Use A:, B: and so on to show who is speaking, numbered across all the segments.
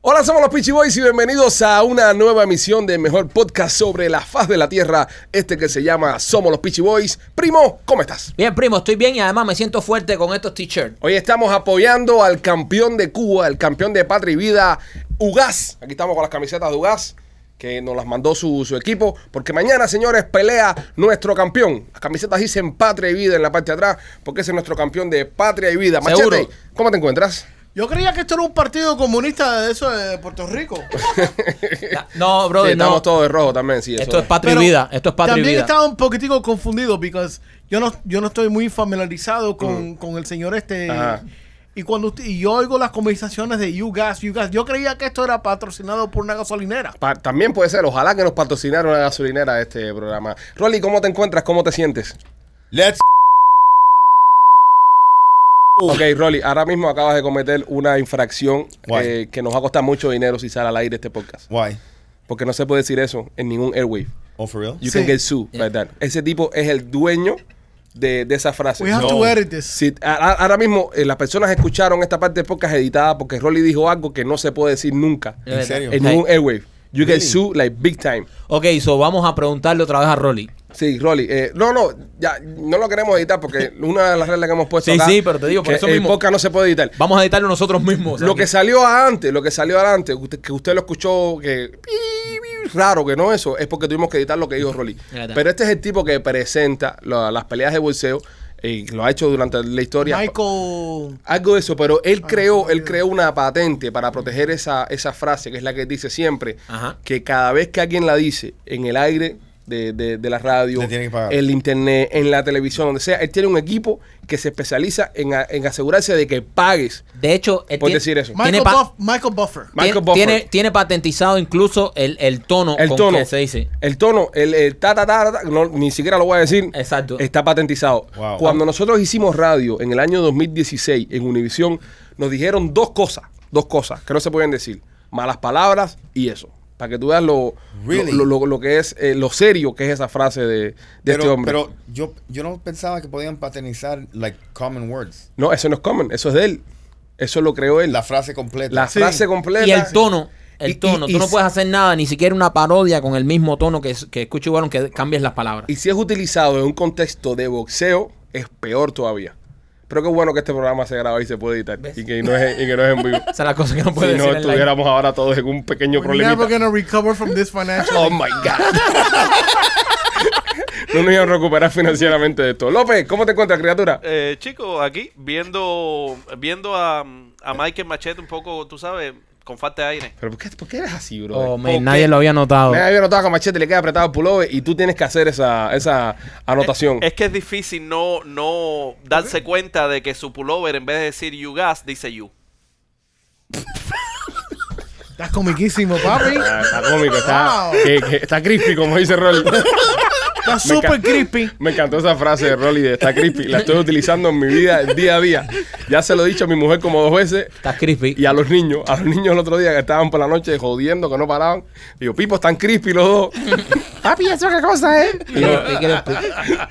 A: Hola, somos los Peachy Boys y bienvenidos a una nueva emisión del mejor podcast sobre la faz de la tierra. Este que se llama Somos los Peachy Boys. Primo, ¿cómo estás?
B: Bien, primo, estoy bien y además me siento fuerte con estos t-shirts.
A: Hoy estamos apoyando al campeón de Cuba, el campeón de patria y vida, Ugas. Aquí estamos con las camisetas de Ugas, que nos las mandó su, su equipo. Porque mañana, señores, pelea nuestro campeón. Las camisetas dicen patria y vida en la parte de atrás, porque ese es nuestro campeón de patria y vida. Machete,
B: Seguro.
A: ¿cómo te encuentras?
C: Yo creía que esto era un partido comunista de eso de Puerto Rico.
B: No,
A: Sí,
B: brother,
A: estamos
B: no.
A: todos de rojo también, sí. eso
B: Esto es
A: es.
B: patria y
C: Pero
B: vida. Esto es patria y
C: También
B: vida.
C: estaba un poquitico confundido because yo no, yo no estoy muy familiarizado con, con el señor este.
A: Mm. Ajá.
C: Y cuando usted- y yo oigo las conversaciones de You Gas, You Gas, yo creía que esto era patrocinado por una gasolinera.
A: Pa- también puede ser, ojalá que nos patrocinara una gasolinera este programa. Rolly, ¿cómo te encuentras? ¿Cómo te sientes?
D: Let's
A: Ok, Rolly, ahora mismo acabas de cometer una infracción
D: Guay.
A: eh, que nos va a costar mucho dinero si sale al aire este podcast.
D: why?
A: Porque no se puede decir eso en ningún airwave.
D: Oh, for real?
A: You
C: Sí.
A: can get sued, ¿verdad? Ese tipo es el dueño de, de esa frase.
C: We have
D: No.
C: to edit this.
A: Si- a- a- ahora mismo eh, las personas escucharon esta parte del podcast editada porque Rolly dijo algo que no se puede decir nunca
B: De verdad.
D: serio?
A: en ningún
B: Ok.
A: airwave. You get
D: Really?
A: sued like big time.
B: Ok, so vamos a preguntarle otra vez a Rolly.
A: Sí, Rolly. eh, no, no, ya no lo queremos editar porque una de las reglas que hemos puesto
B: Sí,
A: acá,
B: sí, pero te digo, por
A: que
B: eso
A: el
B: mismo.
A: podcast no se puede editar.
B: Vamos a editarlo nosotros mismos.
A: Lo que salió adelante, lo que salió adelante, usted- que usted lo escuchó que raro que no eso, es porque tuvimos que editar lo que dijo Rolly.
B: Verdad.
A: Pero este es el tipo que presenta la- las peleas de bolseo y lo ha hecho durante la historia.
C: Michael.
A: Algo de eso, pero
D: Ah,
A: él creó,
C: no,
A: él
C: no.
A: creó una patente para proteger esa, esa frase, que es la que dice siempre,
B: Ajá.
A: que cada vez que alguien la dice en el aire de, de- de la radio,
D: Le tiene que pagar.
A: el internet, en la televisión, donde sea, él tiene un equipo que se especializa en, a- en asegurarse de que pagues
B: De hecho, él
A: por
B: tiene-
A: decir eso.
C: Michael,
B: pa-
C: Buff- Michael Buffer.
A: Ma- Michael
B: tiene-
A: Buffer.
B: tiene, tiene patentizado incluso el, el tono
A: El
B: con
A: tono,
B: que se dice.
A: el tono, el, el ta ta ta, ta, no, ni siquiera lo voy a decir.
B: Exacto.
A: Está patentizado.
D: Wow.
A: Cuando nosotros hicimos radio en el año 2016 en Univisión, nos dijeron dos cosas, dos cosas que no se pueden decir, malas palabras y eso. Para que tú veas lo,
D: Really?
A: lo, lo- lo que es, eh, lo serio que es esa frase de, de
D: Pero,
A: este hombre.
D: pero yo, yo no pensaba que podían paternizar, like, common words.
A: no, eso no es common, eso es de él. Eso lo creó él.
D: La
A: La,
D: frase completa.
C: Sí.
A: frase completa.
B: Y el tono. El
A: Y- y-
B: tono.
A: y
B: Tú no
A: s-
B: puedes hacer nada, ni siquiera una parodia con el mismo tono que, es- que escucho igual, aunque cambies las palabras.
A: Y si es utilizado en un contexto de boxeo, es peor todavía. Pero qué bueno que este programa se graba y se puede editar. Y que, no es, y que no es en vivo.
B: Esa es la cosa que no puedes
A: si no
B: decir en live.
A: estuviéramos ahora todos en un pequeño
C: We're never
A: problemita.
C: gonna recover from this financial.
A: Oh my God. no nos iban a recuperar financieramente de esto. López, ¿cómo te encuentras, criatura?
E: Eh, chico, aquí viendo viendo a, a Michael Machete un poco, tú sabes, con falta de aire.
A: ¿Pero por qué, por qué eres así, bro?
B: Oh, man,
E: ¿Por qué?
B: nadie lo había notado.
A: Me había notado que a Machete le queda apretado el pullover y tú tienes que hacer esa, esa anotación.
E: Es que es difícil no no darse cuenta de que su pullover en vez de decir you gas dice you.
C: Estás comiquísimo, papi.
A: Ah, está cómico, está,
C: Wow.
A: que- que está crispy, como dice Rolly.
C: Estás
A: Me encanta.
C: super creepy.
A: Me encantó esa frase de Rolly de está creepy. La estoy utilizando en mi vida día a día. Ya se lo he dicho a mi mujer como dos veces
B: Estás crispy.
A: y a los niños. A los niños el otro día que estaban por la noche jodiendo, que no paraban. Digo, Pipo, están crispy los dos. Papi, ¿eso qué cosa eh? es?
B: Y yo- y creo-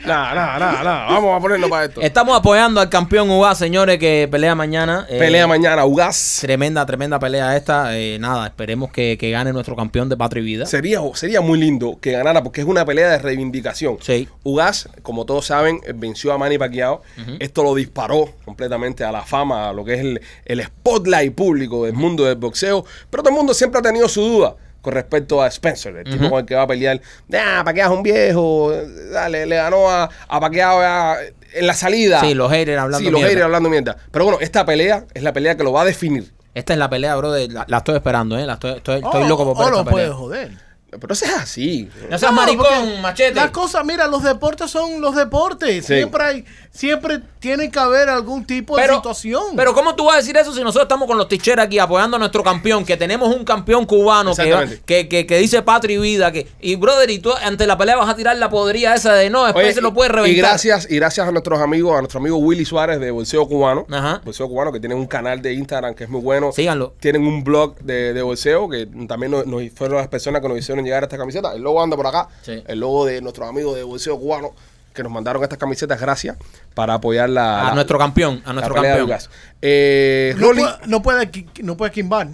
A: Nada, nada, nada, nada. Vamos a ponernos para esto.
B: Estamos apoyando al campeón UA, señores, que pelea mañana. Eh,
A: Pelea mañana, Ugas.
B: Tremenda, tremenda pelea esta. Eh, nada, esperemos que, que gane nuestro campeón de patria y vida.
A: Sería, sería muy lindo que ganara porque es una pelea de reivindicación.
B: Sí.
A: Ugas, como todos saben, eh, venció a Manny Pacquiao. Esto lo disparó completamente a la fama, a lo que es el, el spotlight público del mundo del boxeo. Pero todo el mundo siempre ha tenido su duda con respecto a Spencer, el tipo con el que va a pelear. Ah, Pacquiao es un viejo. Dale, le ganó a, a Pacquiao ah, en la salida.
B: Sí, los haters hablando
A: Sí, los
B: mierda.
A: haters hablando mierda. Pero bueno, esta pelea es la pelea que lo va a definir.
B: Esta es la pelea, bro. de- la, la estoy esperando, ¿eh? La estoy, estoy, estoy
C: Oh,
B: loco por ver
C: oh,
B: esta
C: lo puedes
B: pelea.
C: joder.
A: Pero eso es así.
B: No seas
C: No,
B: maricón,
C: porque
B: machete.
C: Las cosas, mira, los deportes son los deportes.
A: Sí.
C: Siempre hay, siempre tiene que haber algún tipo de
B: Pero,
C: situación.
B: pero ¿cómo tú vas a decir eso si nosotros estamos con los ticheras aquí apoyando a nuestro campeón? Que tenemos un campeón cubano que, va-
A: Exactamente.
B: que, que, que dice patria y vida. Que, y brother, y tú ante la pelea vas a tirar la podría esa de no, después
A: Oye,
B: se lo puede
A: y-
B: reventar.
A: Y gracias, y gracias a nuestros amigos, a nuestro amigo Willy Suárez de Bolseo Cubano.
B: Ajá.
A: Bolseo Cubano, que tiene un canal de Instagram que es muy bueno.
B: Síganlo.
A: Tienen un blog de, de bolseo que también nos, nos- fueron las personas que nos hicieron llegar esta camiseta. El logo anda por acá.
B: Sí.
A: El logo de nuestros amigos de Bolseo Cubano que nos mandaron estas camisetas, gracias, para apoyar la.
B: A
A: la-
B: nuestro campeón, a
A: la
B: nuestro
A: pelea de
B: campeón.
A: Ugas. Eh,
C: no,
A: Rolly,
C: puede, no, puede, qui- no puede quimbar.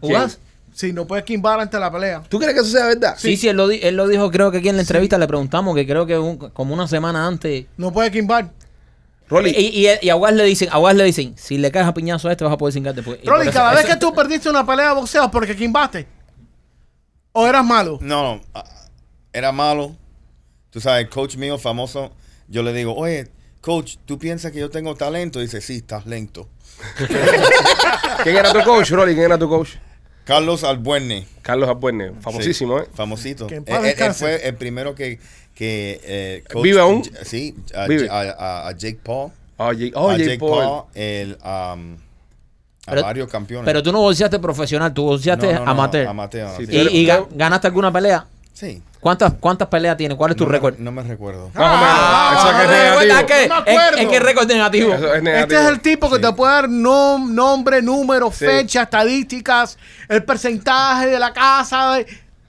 A: ¿quién?
B: ¿Ugas?
C: Sí, no puede quimbar ante la pelea.
A: ¿Tú crees que eso sea verdad?
B: Sí, sí, él, lo, di- él lo dijo, creo que aquí en la entrevista le preguntamos que creo que un- como una semana antes.
C: No puede quimbar.
A: Rolly,
B: Y, y, y a Ugas le dicen, a Ugas le dicen, si le caes a piñazo a este vas a poder cingar después. Y por
C: Rolly,
B: eso-
C: cada vez
B: eso-
C: que tú perdiste una pelea de boxeo porque quimbaste. ¿O eras malo?
D: No, no, ah, era malo. Tú sabes, el coach mío famoso, yo le digo, oye, coach, ¿tú piensas que yo tengo talento? dice, sí, estás lento.
A: ¿quién era tu coach, Rolly? ¿Quién era tu coach?
D: Carlos Albuerne.
A: Carlos Apuerne, famosísimo,
D: Sí,
A: ¿eh?
D: Famosito.
C: Que en
D: Él,
C: paz
D: él- él
C: descanse.
D: fue el primero que... que eh,
A: ¿Vive aún?
D: Sí, a,
A: Vive.
D: a- a- a Jake Paul.
A: Oye,
D: a
A: oye,
D: Jake
A: Paul.
D: Paul, el, um, a
B: Pero-
D: varios campeones.
B: Pero tú no boxeaste profesional, tú
D: No,
B: boxeaste
D: no, no,
B: amateur.
D: amateur,
A: Sí,
D: sí.
B: Y, y ga- ganaste alguna pelea.
D: Sí.
B: ¿Cuántas, ¿Cuántas peleas tiene? ¿Cuál es tu
D: No me-
B: récord? Ah.
D: No me recuerdo.
A: Más o menos. Ah, Eso es que es negativo.
B: ¿Recuerdas qué?
C: No me
B: Es-
C: acuerdo.
B: Es que el récord es negativo.
A: Eso es negativo.
C: Este es el tipo que
D: Sí.
C: te puede dar nom- nombre, número,
A: Sí.
C: fecha, estadísticas, el porcentaje de la casa. de-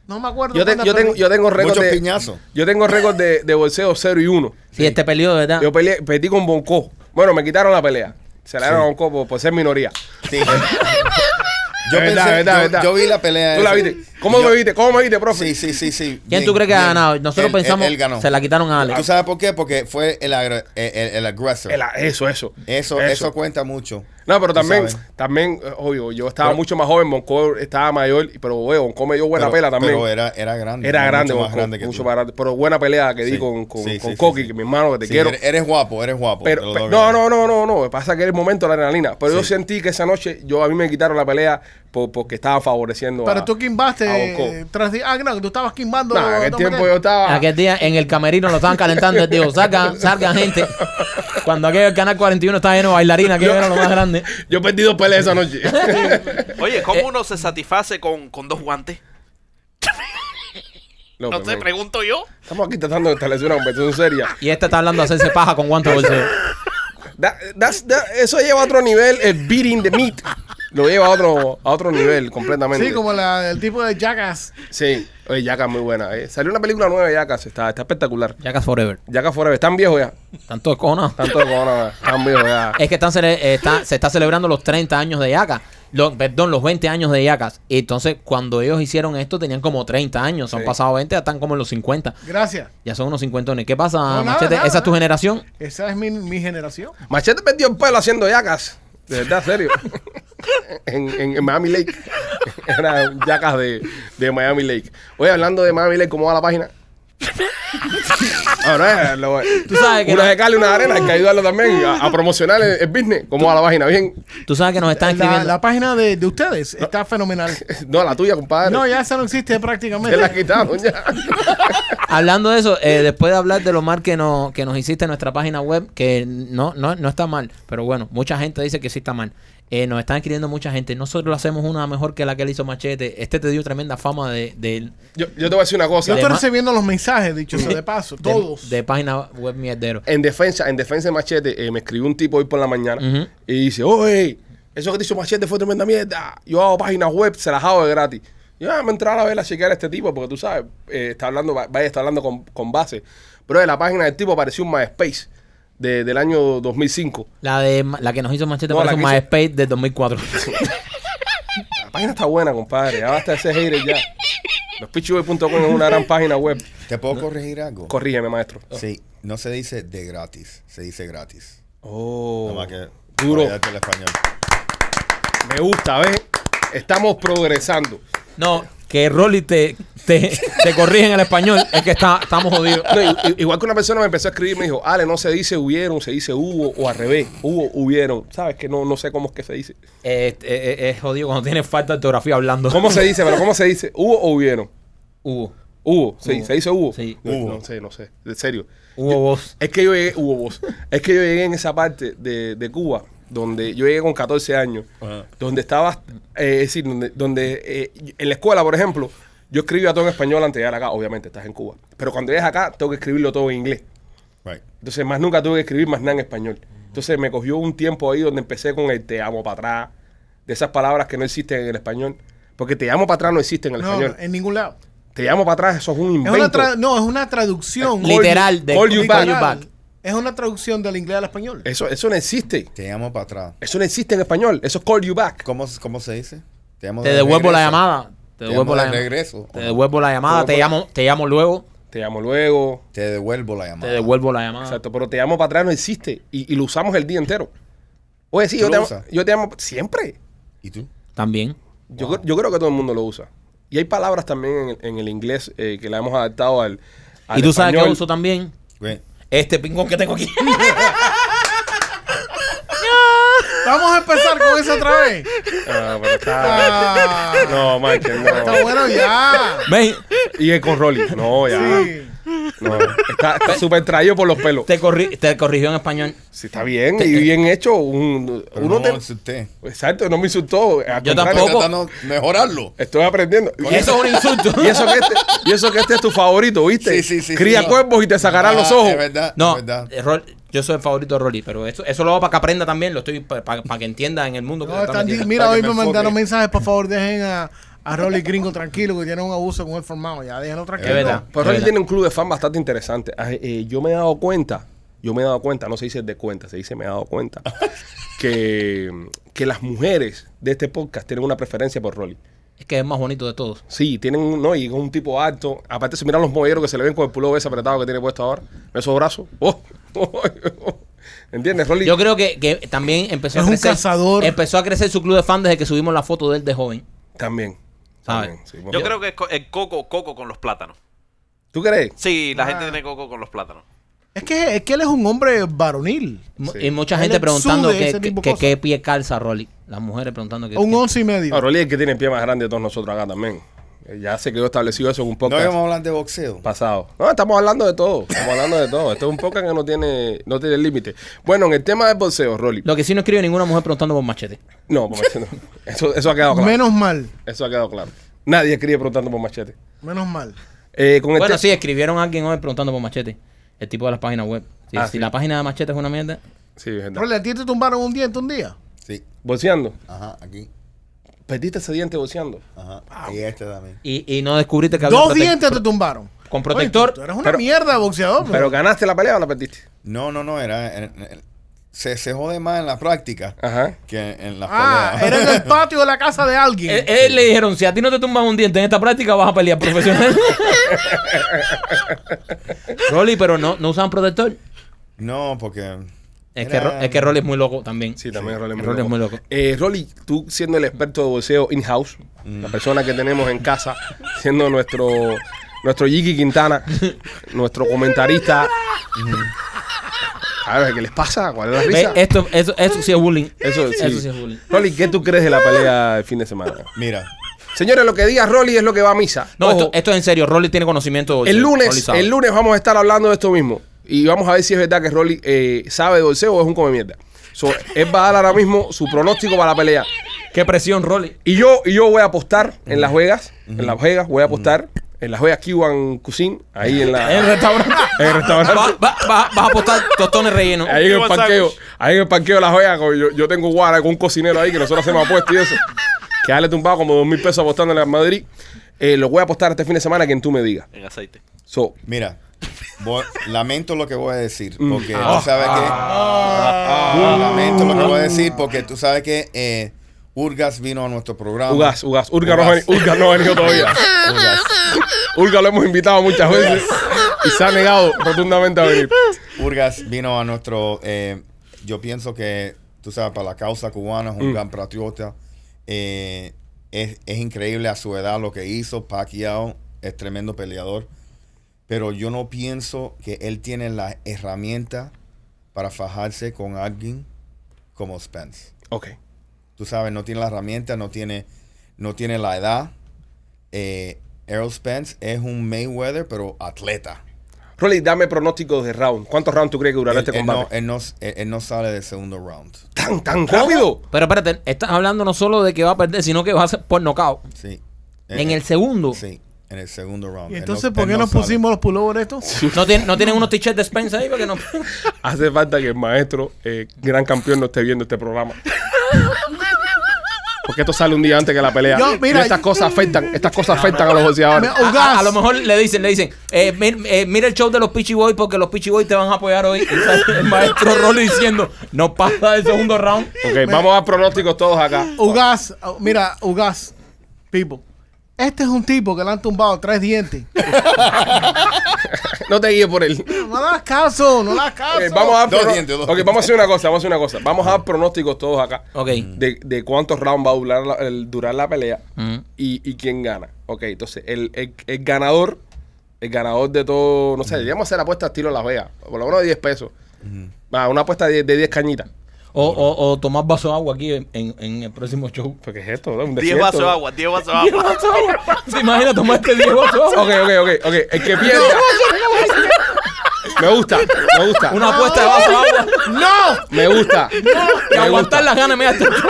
C: No me acuerdo.
A: Yo, te-
C: cuántas
A: yo tengo,
C: peleas.
A: yo tengo récord
D: Muchos
A: de,
D: piñazos.
A: Yo tengo récord de, de bolseo 0 y 1.
B: Sí, este peleó, ¿verdad?
A: Yo peleé, perdí con Bonco. Bueno, me quitaron la pelea. Se la dieron a Bonco por, por ser minoría.
D: Sí. yo,
A: Es verdad,
D: pensé-
A: verdad,
D: yo-
A: verdad.
D: yo vi la pelea.
A: ¿Tú la
D: esa.
A: viste? ¿Cómo
D: Yo-
A: me viste? ¿Cómo me viste, profe?
D: Sí, sí, sí, sí.
B: ¿Quién
D: Bien,
B: tú crees que ha
D: bien.
B: ganado? Nosotros
D: Él-
B: pensamos
D: él, él ganó.
B: se la quitaron a Alex.
D: ¿Tú sabes por qué? Porque fue el, agre- el, el- el agresor.
A: El- eso, eso,
D: eso, eso cuenta mucho.
A: No, pero
D: Tú
A: también,
D: sabes.
A: también, eh, obvio, yo estaba
D: Pero-
A: mucho más joven, Bonco estaba mayor, pero oye, Bonco me dio buena
D: Pero-
A: pela también.
D: Pero
A: era,
D: era, era grande.
A: grande,
D: mucho
A: Bonco,
D: más grande que
A: mucho
D: tú.
A: más grande. Pero buena pelea que di
D: Sí,
A: con, con,
D: sí,
A: con
D: sí,
A: Coqui,
D: sí,
A: que mi hermano, que te
D: Sí,
A: quiero.
D: eres- Eres guapo, eres guapo.
E: Pues
A: Pero,
D: te lo
A: pero-
D: doy.
A: no, no, no, no, no. Pasa que era el momento de la adrenalina. Pero yo
D: Sí.
A: sentí que esa noche, yo a mí me quitaron la pelea por- porque estaba favoreciendo a.
C: Pero tú
A: a Bonco.
C: quimbaste tras di- Ah, no, tú estabas quimbando.
A: Nah, en aquel
C: dos
A: tiempo yo
C: peleas.
A: estaba.
B: Aquel día en el camerino lo estaban calentando. Él dijo, salgan, salgan gente. Cuando aquel canal 41 está lleno de bailarines, aquello era lo más grande.
A: Yo perdí dos peleas esa noche.
E: Oye, ¿cómo uno se satisface con, con dos guantes?
A: López,
E: No sé,
A: man.
E: pregunto yo.
A: pues, Estamos aquí tratando de establecer una conversación seria.
B: Y este está hablando de hacerse paja con guantes de bolseo.
A: Da- das- da- eso lleva a otro nivel, el beating the meat. Lo lleva a otro, a otro nivel completamente.
C: Sí, como la- el tipo de Jackass.
A: Sí. Oye, Yaka es muy buena. eh. Salió una película nueva de Yaka, está, está espectacular.
B: Jackass Forever.
A: Yaka Forever, están viejos ya.
B: Tanto descojonados.
A: Tanto como una- están viejos ya.
B: Es que están cele- eh, está- se está celebrando los 30 años de Yacas. Lo- perdón, los 20 años de Yacas. Entonces, cuando ellos hicieron esto, tenían como 30 años. Han
A: Sí.
B: pasado 20, ya están como en los 50.
C: Gracias.
B: Ya son unos 50. ¿Qué pasa,
C: No, nada,
B: Machete?
C: nada,
B: ¿Esa es tu
C: nada.
B: generación?
C: Esa es mi, mi generación.
A: Machete perdió el pelo haciendo yacas. De verdad, serio. en, en- en Miami Lake. Era yacas de, de Miami Lake. Oye, hablando de Miami Lake, ¿cómo va la página? Ahora, eh, lo-
B: Tú sabes que
A: una
B: no-
A: de cal y una de arena, hay que ayudarlo también a, a promocionar el, el business. ¿Cómo va la página? Bien.
B: Tú sabes que nos están
C: La,
B: escribiendo.
C: la página de, de ustedes está fenomenal.
A: No, la tuya, compadre.
C: No, ya esa no
A: Te
C: existe
A: la
C: prácticamente.
A: quitaron ya.
B: Hablando de eso, eh, después de hablar de lo mal que, no, que nos hiciste en nuestra página web, que no, no, no está mal, pero bueno, mucha gente dice que sí está mal. Eh, nos están escribiendo mucha gente. Nosotros lo hacemos una mejor que la que él hizo Machete. Este te dio tremenda fama de, de,
A: Yo, yo te voy a decir una
C: Yo
A: cosa.
C: estoy
B: Además-
C: recibiendo los mensajes, dicho sea de paso.
B: de-
C: Todos.
B: de página web mierdero.
A: En defensa, en defensa de Machete, eh, me escribió un tipo hoy por la mañana
B: Ujú.
A: y dice, oye, eso que te hizo Machete fue tremenda mierda. Yo hago páginas web, se las hago de gratis. Yo ah, me entrar a ver a chequear a este tipo, porque tú sabes, eh, está hablando, va- vaya, está hablando con, con base. Pero de la página del tipo pareció un MySpace de- del año 2005.
B: La de ma- la que nos hizo Machete
A: No,
B: para
A: la
B: su
A: que hizo-
B: MySpace del 2004.
A: La página está buena, compadre. Ya basta de ese hater ya. Lospichiboy.com es una gran página web.
D: ¿Te puedo corregir algo?
A: Corrígeme, maestro.
D: sí, no se dice de gratis, se dice gratis.
A: Oh,
D: Nada más que
A: duro.
D: olvídate el español.
A: Me gusta, ¿ves? Estamos progresando.
B: no, que Rolly te, te, te corrige en el español. Es que está, estamos jodidos.
A: No, i- i- igual que una persona me empezó a escribir, me dijo, Ale, no se dice hubieron, se dice hubo, o al revés, hubo, hubieron. ¿Sabes? Que no, no sé cómo es que se dice.
B: Eh, eh, eh, es jodido cuando tienes falta de ortografía hablando.
A: ¿Cómo se dice? Pero ¿cómo se dice? ¿Hubo o hubieron?
B: Hubo.
A: Hubo, sí,
B: Hubo.
A: se dice hubo.
B: Sí.
A: No,
D: Hubo.
A: no sé, no sé, en serio.
B: Hubo vos.
A: Es que yo llegué, hubo voz. Es que yo llegué en esa parte de, de Cuba, donde yo llegué con 14 años,
D: Ajá.
A: donde estaba, eh, es decir, donde, donde, eh, en la escuela, por ejemplo, yo escribía todo en español antes de llegar acá, obviamente, estás en Cuba. Pero cuando llegas acá, tengo que escribirlo todo en inglés.
D: Right.
A: Entonces, más nunca tuve que escribir más nada en español. Entonces, me cogió un tiempo ahí donde empecé con el te amo para atrás, de esas palabras que no existen en el español. Porque te amo para atrás no existe en el
C: No,
A: español.
C: en ningún lado.
A: Te amo para atrás, eso es un
C: Es
A: invento.
C: una tra- no, es una traducción.
A: Call you-
B: Literal, de
A: call you
C: literal.
A: back.
C: Es una traducción del inglés al español.
A: Eso, eso no existe.
D: Te llamo para atrás.
A: Eso no existe en español. Eso es call you back.
D: ¿Cómo, ¿Cómo se dice? Te, llamo
B: Te
D: de
B: devuelvo la
D: regreso.
B: llamada. Te devuelvo
D: llamo
B: la
D: de
B: llamada.
D: regreso.
B: Te devuelvo la llamada. Te
A: Te
B: llamo, te llamo luego.
A: Te amo luego.
D: Te devuelvo la
B: Te
D: llamada.
B: devuelvo la llamada.
A: Exacto, pero te amo para atrás no existe. Y, y lo usamos el día entero. Oye, sí, yo
D: ¿Tú
A: te,
D: lo
A: amo,
D: usas?
A: yo te amo siempre.
D: ¿Y tú?
B: También.
A: Yo, cre- yo creo que todo el mundo lo usa. Y hay palabras también en el, en el inglés eh, que la hemos adaptado al, al
B: y tú sabes que
A: español.
B: uso también.
D: Güey,
B: Este pingón que tengo aquí.
C: Vamos a empezar con eso otra vez.
A: Ah, pero está...
C: Ah,
A: No, Michael,
C: está
A: no.
C: bueno ya.
B: Ve,
A: Y el con Rolly. No, ya.
C: Sí.
A: No. Está está súper traído por los pelos.
B: te, corri- te corrigió en español.
A: Sí, está bien. Y bien hecho. Un,
D: pero
A: uno
D: no
A: te-
D: es usted.
A: Exacto, no me insultó. Al
B: Yo
A: contrario,
B: tampoco.
D: Tratando de mejorarlo.
A: Estoy aprendiendo.
B: Y eso es un insulto.
A: Y eso que este, y eso que este es tu favorito, ¿viste?
D: Sí, sí, sí,
A: Cría
D: sí.
A: cuervos y te sacarán
D: Ah,
A: los ojos.
D: Es verdad,
B: No,
D: es verdad.
B: eh, Rol- yo soy el favorito de Rolly, pero eso, eso lo hago para que aprenda también. Lo estoy para que entienda en el mundo. Que
C: No,
B: se está
C: están di-
B: metiendo.
C: mira,
D: Para
C: hoy
D: que
C: me,
D: me
C: mandaron
D: enfoque.
C: mensajes, por favor, dejen a, a Rolly Gringo tranquilo, que tiene un abuso con el formado. Ya, déjenlo tranquilo.
B: Es verdad.
A: Pero Rolly
B: Mira.
A: tiene un club de fan bastante interesante. Ah, eh, yo me he dado cuenta, yo me he dado cuenta, no se dice de cuenta, se dice me he dado cuenta, que, que las mujeres de este podcast tienen una preferencia por Rolly.
B: Es que es el más bonito de todos.
A: Sí, tienen un, no, y con un tipo alto. Aparte, si miran los modelos que se le ven con el pullover ese apretado que tiene puesto ahora, esos brazos. Oh, ¿Entiendes, Rolly?
B: Yo creo que, que también empezó
C: Es
B: a
C: un
B: crecer.
C: cazador.
B: Empezó a crecer su club de fans desde que subimos la foto de él de joven.
A: También.
B: ¿Sabe?
A: También, sí.
E: Yo creo que es co- el coco, coco con los plátanos.
A: ¿Tú crees?
E: Sí, la
C: Ah.
E: gente tiene coco con los plátanos.
C: Es que, es que él es un hombre varonil.
B: Mu-
A: Sí.
B: Y mucha
C: Él
B: gente
C: exude
B: preguntando
C: ese
B: qué-
C: tipo de
B: qué-
C: cosas.
B: qué pie calza Rolly. Las mujeres preguntando qué
C: Un
B: qué-
C: once y medio.
A: No, Rolly es el que tiene el pie más grande de todos nosotros acá también. Eh, Ya se quedó establecido eso en un
D: No
A: podcast
D: íbamos a hablar de boxeo.
A: pasado. No, estamos hablando de todo. Estamos hablando de todo. Esto es un podcast que no tiene, no tiene límite. Bueno, en el tema del bolseo, Rolly.
B: Lo que sí no escribe ninguna mujer preguntando por machete.
A: No, por machete no. Eso, eso ha quedado claro.
C: Menos mal.
A: Eso ha quedado claro. Nadie escribe preguntando por machete.
C: Menos mal.
A: Eh, con el
B: Bueno,
A: te-
B: sí, escribieron a alguien hoy preguntando por machete. El tipo de las páginas web. Si,
A: Ah,
B: si
A: sí.
B: la página de machete es una mierda,
A: Sí, es verdad.
C: Rolly, ¿a ti te tumbaron un diente un día?
D: Sí.
A: Boceando.
D: Ajá, aquí.
A: Perdiste ese diente boceando.
D: Ajá. Y este también.
B: y, y no descubriste que había
C: Dos
B: prote-
C: dientes te tumbaron.
B: con protector.
C: Oye, tú, tú eres una
A: Pero-
C: mierda de boxeador.
A: Pero ganaste la pelea o la perdiste.
D: No, no, no, era. era- era- se, se jode más en la práctica
A: Ajá.
D: que en, en las
C: ah,
D: peleas.
C: era en el patio de la casa de alguien.
B: Él, Eh, él le dijeron, si a ti no te tumbas un diente en esta práctica, vas a pelear profesional. Rolly, pero no, no usaban protector.
D: no, porque.
B: Es,
D: era-
B: que, Ro- es que Rolly es muy loco también.
A: Sí, también Rolly es muy
B: Rolly
A: loco.
B: es muy loco.
A: Eh, Rolly, tú siendo el experto de boxeo in-house,
B: Mm.
A: la persona que tenemos en casa, siendo nuestro nuestro Jiki Quintana, nuestro comentarista. A ver, ¿qué les pasa? ¿Cuál es la
B: Mm. Ve,
A: risa?
B: Eh, esto, eso, eso sí es bullying.
A: Eso sí.
B: Eso sí es bullying.
A: Rolly, ¿qué tú crees de la pelea del fin de semana?
D: Mira,
A: Señores, lo que diga Rolly es lo que va a misa.
B: No,
A: Ojo,
B: esto, esto es en serio. Rolly tiene conocimiento. de boxeo.
A: el
B: Rolly
A: lunes,
B: sabe.
A: el lunes vamos a estar hablando de esto mismo. Y vamos a ver si es verdad que Rolly eh, sabe de boxeo o es un come mierda. So, él va a dar ahora mismo su pronóstico para la pelea.
B: Qué presión, Rolly.
A: Y yo, y yo voy a apostar en Las Vegas, en Las Vegas, voy a apostar en Las Vegas Cuban Cuisine, ahí en la
B: El restaurante.
A: en el restaurante.
B: Va- va- va- vas a apostar tostones rellenos.
A: Ahí en el
E: Cuban
A: parqueo,
E: sandwich.
A: ahí en el parqueo de Las Vegas, co- yo, yo tengo guara con un cocinero ahí que nosotros hacemos apuestas y eso. Que ya le he tumbado como dos mil pesos apostándole a Madrid. Eh, lo voy a apostar este fin de semana quien tú me digas.
E: En aceite.
A: So,
D: mira. voy- lamento lo que voy a decir. Porque tú sabes que. Ah. lamento lo que voy a decir porque tú sabes que. eh, Urgas vino a nuestro programa.
A: Ugas, Ugas, Urga no, ha veni- Urga no ha venido todavía.
D: Urgas.
A: Urga lo hemos invitado muchas veces y se ha negado rotundamente a venir.
D: Urgas vino a nuestro, eh, yo pienso que, tú sabes, para la causa cubana es un gran patriota. Eh, es, es increíble a su edad lo que hizo. Pacquiao es tremendo peleador. Pero yo no pienso que él tiene la herramienta para fajarse con alguien como Spence.
A: Ok.
D: Tú sabes, no tiene la herramienta, no tiene, no tiene la edad. Eh, Errol Spence es un Mayweather, pero atleta.
A: Rolly, dame pronósticos de round. ¿Cuántos rounds tú crees que durará
D: él,
A: este
D: él Eh, no, eh,
A: combate?
D: él no- él- él no sale del segundo round.
A: ¿Tan, tan rápido?
B: Pero espérate, estás hablando no solo de que va a perder, sino que va a ser por knockout.
D: Sí. Eh,
B: En el segundo.
D: Sí, en el segundo round.
C: Y
D: Él
C: entonces,
D: no-
C: ¿por
D: él
C: qué
D: no
C: nos
D: sale.
C: pusimos los pullovers estos?
B: No, tienen- no tienen unos t-shirts de Spence ahí porque no.
A: Hace falta que el maestro, eh, gran campeón, no esté viendo este programa. Porque esto sale un día antes que la pelea.
C: Yo, mira,
A: y estas cosas afectan, estas cosas afectan Ah, a los boxeadores.
C: Me-
B: A, ah, a- a lo mejor le dicen, le dicen, eh, mi- eh, mira el show de los Peachy Boys porque los Peachy Boys te van a apoyar hoy. Y sale el maestro Rolly diciendo, no pasa el segundo round.
A: Ok, vamos a dar pronósticos todos acá.
C: Ugas, oh, mira, Ugas, people. Este es un tipo que le han tumbado tres dientes.
A: No te guíes por él.
C: No le hagas caso, no le hagas caso.
A: Ok, Eh, vamos a dar
D: Ah, Dos
A: prono-
D: dientes, dos
A: Ok, vamos a hacer una cosa, vamos a hacer una cosa. Vamos a dar pronósticos todos acá.
B: Ok.
A: De, de cuántos rounds va a durar la, el- durar la pelea
B: Mm.
A: y, y quién gana. Ok, entonces el, el- el ganador, el ganador de todo, no sé, deberíamos hacer apuesta estilo Las Vegas, por lo menos de 10 pesos. Ah, una apuesta de, de 10 cañitas.
B: O, o, o tomar vaso de agua aquí en, en- en el próximo show.
A: Porque es esto, ¿no? Un
E: 10
A: desierto.
E: vasos de agua, 10 vasos de agua.
B: ¿Vaso de agua? ¿Se imagina tomarte 10 vasos este de
A: Ok,
B: agua?
A: ok, ok, ok. El que pierda. me gusta, me gusta.
B: Una apuesta de vaso de agua.
C: ¡No!
A: Me gusta. Me
B: Y
A: gusta.
B: aguantar las ganas este- me hace.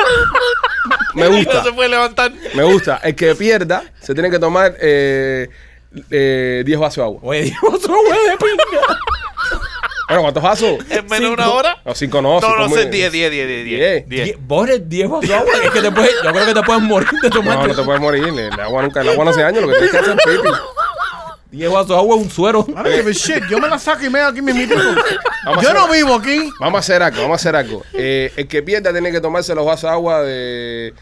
A: Me
E: No
A: gusta.
E: se puede levantar.
A: Me gusta. El que pierda se tiene que tomar eh, eh, 10 vasos de agua.
B: Oye, 10 vasos de agua de pinga.
A: Bueno, ¿cuántos vasos?
E: ¿En menos de una
B: Cinco.
E: hora?
A: No, 5 no.
E: No,
A: cinco
E: no
A: muy-
E: sé, 10, 10, 10, 10.
A: Diez.
E: 10.
B: Die- Borges, 10 vasos de agua. Es que te puedes, yo creo que te puedes morir de este-
A: No,
B: tomarte
A: no te puedes morir. El el agua nunca, el agua no hace daño. Lo que tienes que hacer es pipi.
B: 10 vasos de agua, un suero.
C: I don't give a shit. Yo me la saco y me hago aquí mismito.
A: Vamos a
C: Yo
A: hacer-
C: no vivo aquí.
A: Vamos a hacer algo, vamos a hacer algo. Eh, el que pierda tiene que tomarse los vasos de agua de,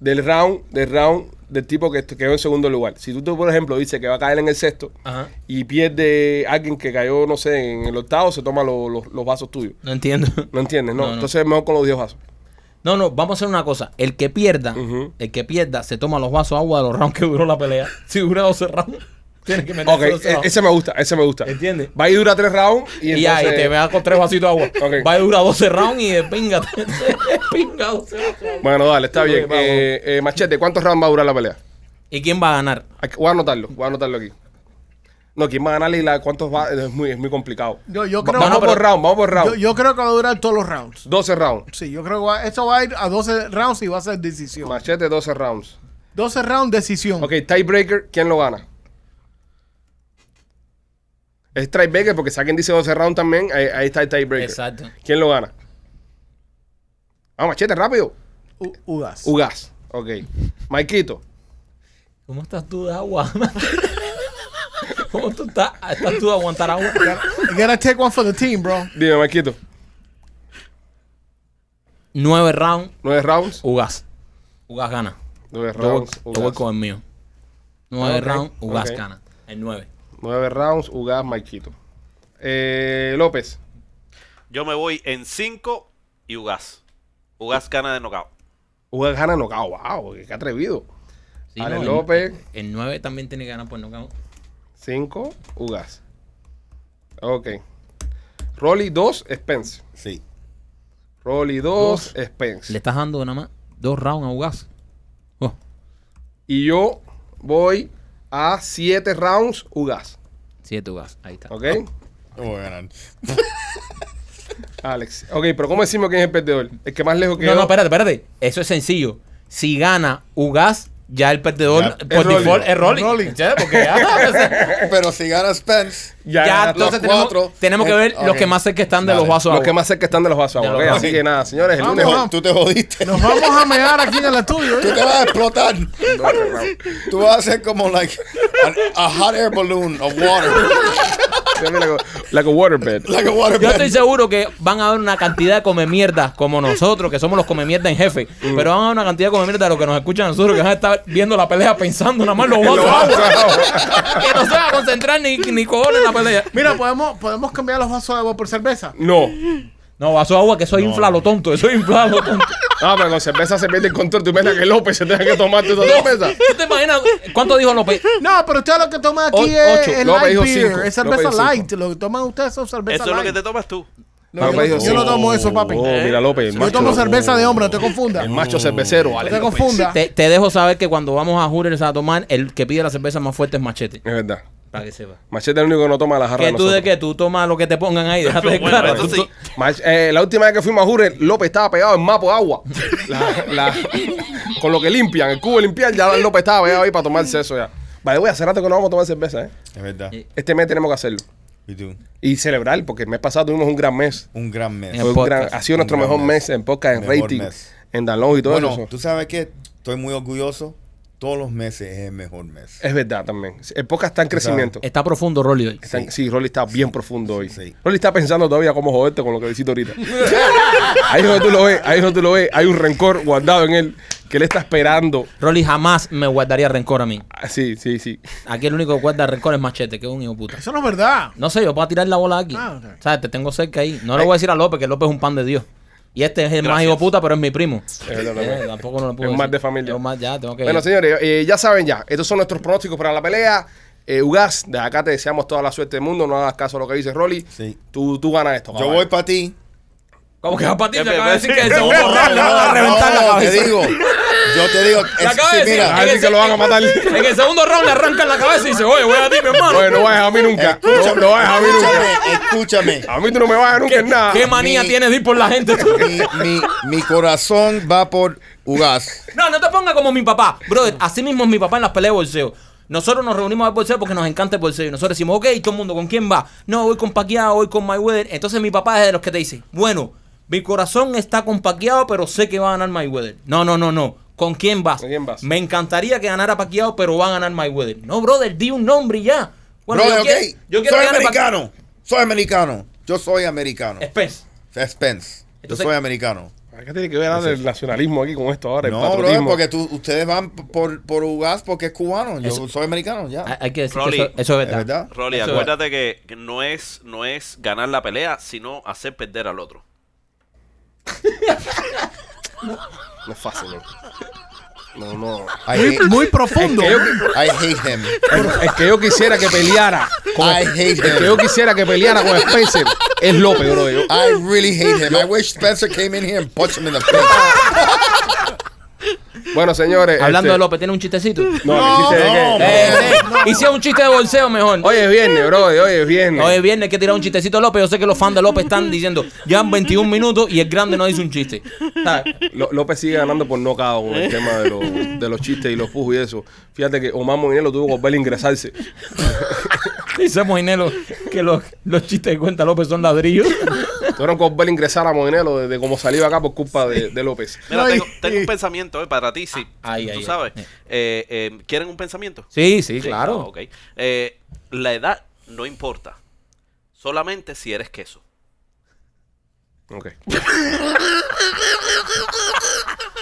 A: del round, del round del tipo que est- quedó en segundo lugar. Si tú, tú, por ejemplo, dices que va a caer en el sexto
B: Ajá.
A: y pierde alguien que cayó, no sé, en el octavo, se toma lo- lo- los vasos tuyos.
B: No entiendo.
A: ¿No entiendes? No,
B: No, no.
A: entonces es mejor con los 10 vasos.
B: No, no, vamos a hacer una cosa. El que pierda,
A: Ujú.
B: el que pierda, se toma los vasos de agua de los rounds que duró la pelea. Si dura 12 rounds, tienes que meter
A: Ok,
B: 12
A: e-
B: rounds.
A: ese me gusta, ese me gusta.
B: ¿Entiendes?
A: Va y dura tres rounds y,
B: Y ya, y
A: entonces-
B: te veas con tres vasitos de agua.
A: Ok.
B: Va a durar 12 rounds y de pinga. de pinga 12 rounds.
A: Bueno, dale, está bien.
B: vamos.
A: Eh, eh, machete, ¿cuántos rounds va a durar la pelea?
B: ¿Y quién va a ganar?
A: Hay que- Voy a anotarlo, voy a anotarlo aquí. No, ¿quién va a ganar y la, cuántos va? Es muy, es muy complicado.
C: Yo, yo
A: Va-
C: creo,
A: vamos
B: no, pero-
A: por round, vamos por round.
C: yo, yo creo que va a durar todos los rounds.
A: 12 rounds.
C: Sí, yo creo que va- esto va a ir a 12 rounds y va a ser decisión.
A: Machete, 12 rounds.
C: 12 rounds, decisión.
A: Ok, tiebreaker, ¿quién lo gana? Es tiebreaker porque si alguien dice 12 rounds también, ahí, ahí está el tiebreaker.
B: Exacto.
A: ¿Quién lo gana? Ah, machete, rápido.
C: U- Ugas.
A: Ugas. Ok. Maikito.
B: ¿Cómo estás tú de agua? ¿Cómo tú estás? ¿Estás tú de aguantar agua?
C: You gotta take one for the team, bro.
A: Dime, Maikito.
B: 9 rounds,
A: 9 rounds.
B: Ugas. Ugas gana.
A: 9
B: Yo voy,
A: rounds.
B: yo voy
A: Ugas.
B: con el mío. 9
A: Ok,
B: rounds, Ugas
A: ok.
B: gana. El 9.
A: 9 rounds. Ugas, Maikito. Eh, López.
E: Yo me voy en 5 y Ugas. Ugas gana de knockout.
A: Ugas gana knockout. Wow, qué atrevido.
B: Sí,
A: Ale
B: no, el-
A: López.
B: El 9 también tiene que ganar pues por nocaut.
A: 5, Ugas. Ok. Rolly 2, Spence.
D: Sí.
A: Rolly 2, Spence.
B: Le estás dando nada más dos rounds a Ugas. Oh,
A: Y yo voy a 7 rounds, Ugas.
B: siete Ugas. Ahí está.
A: ¿Ok?
D: Yo voy a ganar.
A: Alex. Ok, pero ¿cómo decimos quién es el perdedor? El que más lejos quedó.
B: Ah. No, no, espérate, espérate. Eso es sencillo. Si gana Ugas, ya el perdedor
D: Ya,
A: es
B: por
A: Rolly.
B: default es Rolling. ¿Entiendes? Porque ya, o sea,
D: Pero si gana Spence,
A: Ya,
B: ya,
A: ganaste.
B: entonces
D: los
B: tenemos,
D: cuatro.
B: tenemos que ver
D: Ok.
B: los que más cerca están de
D: Dale.
B: los vasos.
A: Eh, los
B: agua.
A: que más cerca están de los vasos.
B: De
A: ok,
B: los-
A: así que nada, señores, el
D: tú
A: lunes
D: te,
A: vamos.
D: jo- tú te jodiste.
C: Nos vamos a mear aquí en el estudio.
D: Tú
C: ¿eh?
D: te vas a explotar.
A: Doce rounds.
D: Tú vas a ser como like an- a hot air balloon of water.
A: Mira, like a- like a waterbed.
D: Like a water
B: Yo
D: balloon.
B: estoy seguro que van a haber una cantidad de come mierda como nosotros, que somos los come mierda en jefe. Pero van a haber una cantidad de come mierda de los que nos escuchan a nosotros, que van a estar viendo la pelea pensando nada más en los vasos. de agua. que no se va a concentrar ni, ni cojones en la pelea.
C: Mira, podemos, podemos cambiar los vasos de agua por cerveza.
A: No.
B: No, vaso de agua, que eso infla lo tonto. Eso infla lo tonto.
A: Ah, pero con cerveza se pierde el control. Tú imaginas que López se tenga que tomar toda la cerveza.
B: ¿Tú te imaginas cuánto dijo López?
C: No, pero usted lo que toma aquí
B: O-
C: es,
A: ocho.
C: es
A: López
C: light
A: dijo
C: beer,
A: cinco.
C: es
A: López
C: cerveza
A: dijo cinco.
C: light. Lo que toman ustedes son cerveza
E: Eso es lo
C: light.
E: que te tomas tú.
C: No,
A: Paco
C: yo no-
A: dijo,
C: yo no tomo eso, papi.
A: Oh, mira, López, el
E: Yo
A: macho-
C: Yo tomo cerveza de hombre, no te
A: El
C: confundas. No
A: macho cervecero, vale.
C: te
A: López.
C: confundas.
B: Te, te dejo saber que cuando vamos a Hooters a tomar, el que pide la cerveza más fuerte es Machete.
A: Es verdad.
B: Para que sepa.
A: Machete es el único que no toma la jarra.
B: Que
A: de
B: tú de
A: nosotros.
B: que tú tomas lo que te pongan ahí, déjate de
E: Bueno,
B: cara.
E: eso
B: Tú-
E: sí.
A: Mach- eh, la última vez que fuimos a Jure, López estaba pegado en mapo agua. La- la- con lo que limpian, el cubo de limpiar, ya López estaba pegado ahí para tomarse eso ya. Vale, voy a hacer rato que no vamos a tomar cerveza, ¿eh?
D: Es verdad.
B: Sí.
A: Este mes tenemos que hacerlo.
D: We do.
A: Y celebrar, porque el mes pasado tuvimos un gran mes.
D: Un gran mes.
B: En
A: Fue un
B: podcast.
A: gran- ha sido
D: Un
A: nuestro
D: gran
A: mejor mes.
D: mes.
A: en podcast, en
D: Mejor
A: rating,
D: mes.
A: en download y todo
D: Bueno,
A: eso.
D: tú sabes que estoy muy orgulloso. Todos los meses es el mejor
B: Eh,
D: mes.
A: Es verdad también. El podcast está en crecimiento.
B: Está profundo Rolly hoy.
A: Está en- sí. Rolly está bien profundo hoy.
D: sí.
A: Rolly está pensando todavía cómo joderte con lo que visito ahorita. ahí es donde tú lo ves, ahí es donde tú lo ves. Hay un rencor guardado en él que le está esperando.
B: Rolly jamás me guardaría rencor a mí.
A: Ah, Sí, sí, sí.
B: Aquí el único que guarda rencor es Machete, que es un hijo puta.
C: Eso no es verdad.
B: No sé, yo puedo tirar la bola aquí.
C: Ah, ok.
B: ¿Sabes? Te tengo cerca ahí. No le voy a decir a López que López es un pan de Dios. Y este es el más
E: Gracias.
B: hijo puta, pero es mi primo.
A: verdad, López.
B: Eh, tampoco no lo puedo
A: Es un mal
B: decir.
A: de familia.
B: Es un mal- ya, tengo que
A: Bueno,
B: ir.
A: señores, eh, ya saben ya. Estos son nuestros pronósticos para la pelea. Eh, Ugas, de acá te deseamos toda la suerte del mundo. No hagas caso a lo que dice Rolly.
D: Sí.
A: Tú, tú ganas esto.
D: Yo
A: caballo.
D: voy para ti.
B: ¿Cómo que va para ti?
E: Eh,
B: Te acabo de
E: eh,
B: decir que
E: eh,
B: el segundo
E: eh,
B: round le van a
D: no,
B: reventar la
D: no,
B: cabeza.
D: Te digo, yo te digo, es-
B: acabo
D: sí,
B: de decir,
D: mira, eh,
A: A ver si que lo van a matar.
B: En el segundo round le arrancan la cabeza y dice, oye, voy a ti, mi hermano.
A: Oye, no vayas a mí nunca. No,
D: escúchame,
A: no vayas a mí nunca.
D: escúchame, escúchame.
A: A mí tú no me vas a nunca en nada.
B: ¿Qué manía
D: mi-
B: tienes de ir por la gente tú?
D: Mi, mi, mi corazón va por Ugas.
B: No, no te pongas como mi papá. Brother, así mismo es mi papá en las peleas de bolseo. Nosotros nos reunimos a ver bolseo porque nos encanta el bolseo. Y nosotros decimos, ok, todo el mundo, ¿con quién va? No, voy con Pacquiao, voy con Mayweather. Entonces mi papá es de los que te dice, bueno, mi corazón está con Pacquiao, pero sé que va a ganar Mayweather. No, no, no, no. ¿Con quién vas?
A: ¿Con quién vas?
B: Me encantaría que ganara Pacquiao, pero va a ganar Mayweather. No, brother, di un nombre y ya. Bueno,
D: Brother,
B: yo,
D: ok,
B: quiero, yo quiero
D: soy
B: que gane Pac-
D: americano, soy americano, yo soy americano.
B: Spence.
D: Spence, yo
B: Eh. Entonces-
D: soy americano.
A: ¿Qué tiene que ver ahora el nacionalismo aquí con esto ahora? El
D: No, brother,
A: patriotismo.
D: porque tú, ustedes van por, por Ugas porque es cubano, yo
B: Eso- Ah,
D: soy americano, ya.
B: Hay hay que decir
E: Rolly.
B: que eso, eso es
D: Es
B: verdad.
D: verdad.
E: Rolly,
B: Eso es.
E: acuérdate que, que no es no es ganar la pelea, sino hacer perder al otro.
A: No es fácil, loco. No, no.
B: ah.
D: I hate,
C: Muy profundo.
A: Es que yo-
D: I hate him.
A: El, el que yo quisiera que peleara con,
D: I hate
A: el que yo
D: him.
A: quisiera que peleara con Spencer es López, bro. Yo,
D: I really hate him. I wish Spencer came in here and punched him in the face.
A: bueno, señores.
B: Hablando
A: este-
B: de López, ¿tiene un chistecito?
A: No, el chiste de que-
D: no, man.
B: Eh, eh, Hicieron un chiste de bolseo mejor.
A: Hoy es viernes, bro. Hoy es viernes.
B: Hoy es viernes hay que tirar un chistecito a López. Yo sé que los fans de López están diciendo, ya han 21 minutos y el grande no dice un chiste. ¿Sabes?
A: Lo- López sigue ganando por no cao con el tema de, los- de los chistes y los pujos y eso. Fíjate que Omar Molinero tuvo que volver a ingresarse.
B: Dice Moinelo que los, los chistes que cuenta López son ladrillos.
A: Tuvieron que volver a ingresar a Molinero desde como salió acá por culpa de, de López.
E: Mira,
C: Ay.
E: tengo, tengo un pensamiento eh, para ti, sí.
B: Ay,
E: tú
B: ay, ay.
E: sabes. Eh, eh, ¿Quieren un pensamiento?
B: Sí, sí,
E: Sí, ah,
B: claro.
E: ok. Eh, la edad no importa. Solamente si eres queso.
A: Ok.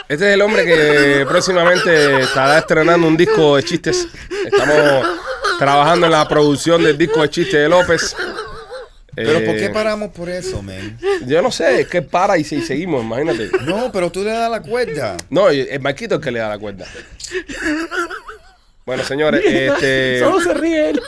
A: Este es el hombre que próximamente estará estrenando un disco de chistes. Estamos trabajando en la producción del disco de chistes de López.
D: Pero
A: Eh,
D: ¿por qué paramos por eso, man?
A: Yo no sé, es que para y, se- y seguimos, imagínate.
D: No, pero tú le das la cuerda.
A: No, y el Marquito es el que le da la cuerda. Bueno, señores, este,
B: Solo se ríe él.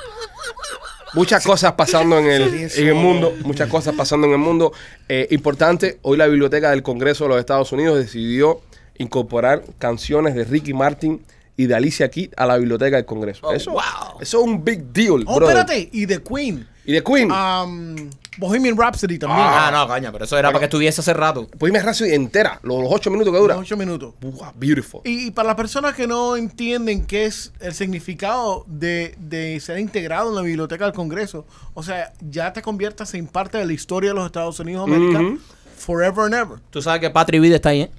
A: muchas cosas pasando en el,
D: Sí,
A: en el
D: solo.
A: mundo, muchas cosas pasando en el mundo. Eh, importante, hoy la Biblioteca del Congreso de los Estados Unidos decidió incorporar canciones de Ricky Martin y de Alicia Keys a la Biblioteca del Congreso. eso,
B: Oh, wow.
A: eso es un big deal,
C: Oh,
A: brother. Mm.
C: espérate. Y The Queen.
A: Y de Queen,
C: Um, Bohemian Rhapsody también.
B: Ah, no, caña, pero eso era para que estuviese hace rato.
A: pues me raso entera, los, los ocho minutos que dura.
C: Ocho minutos.
A: Buah, beautiful.
C: Y, y para las personas que no entienden qué es el significado de, de ser integrado en la biblioteca del Congreso, o sea, ya te conviertas en parte de la historia de los Estados Unidos de América,
A: Ujú.
C: forever and ever,
B: Tú sabes que Patri Vida está ahí, ¿eh?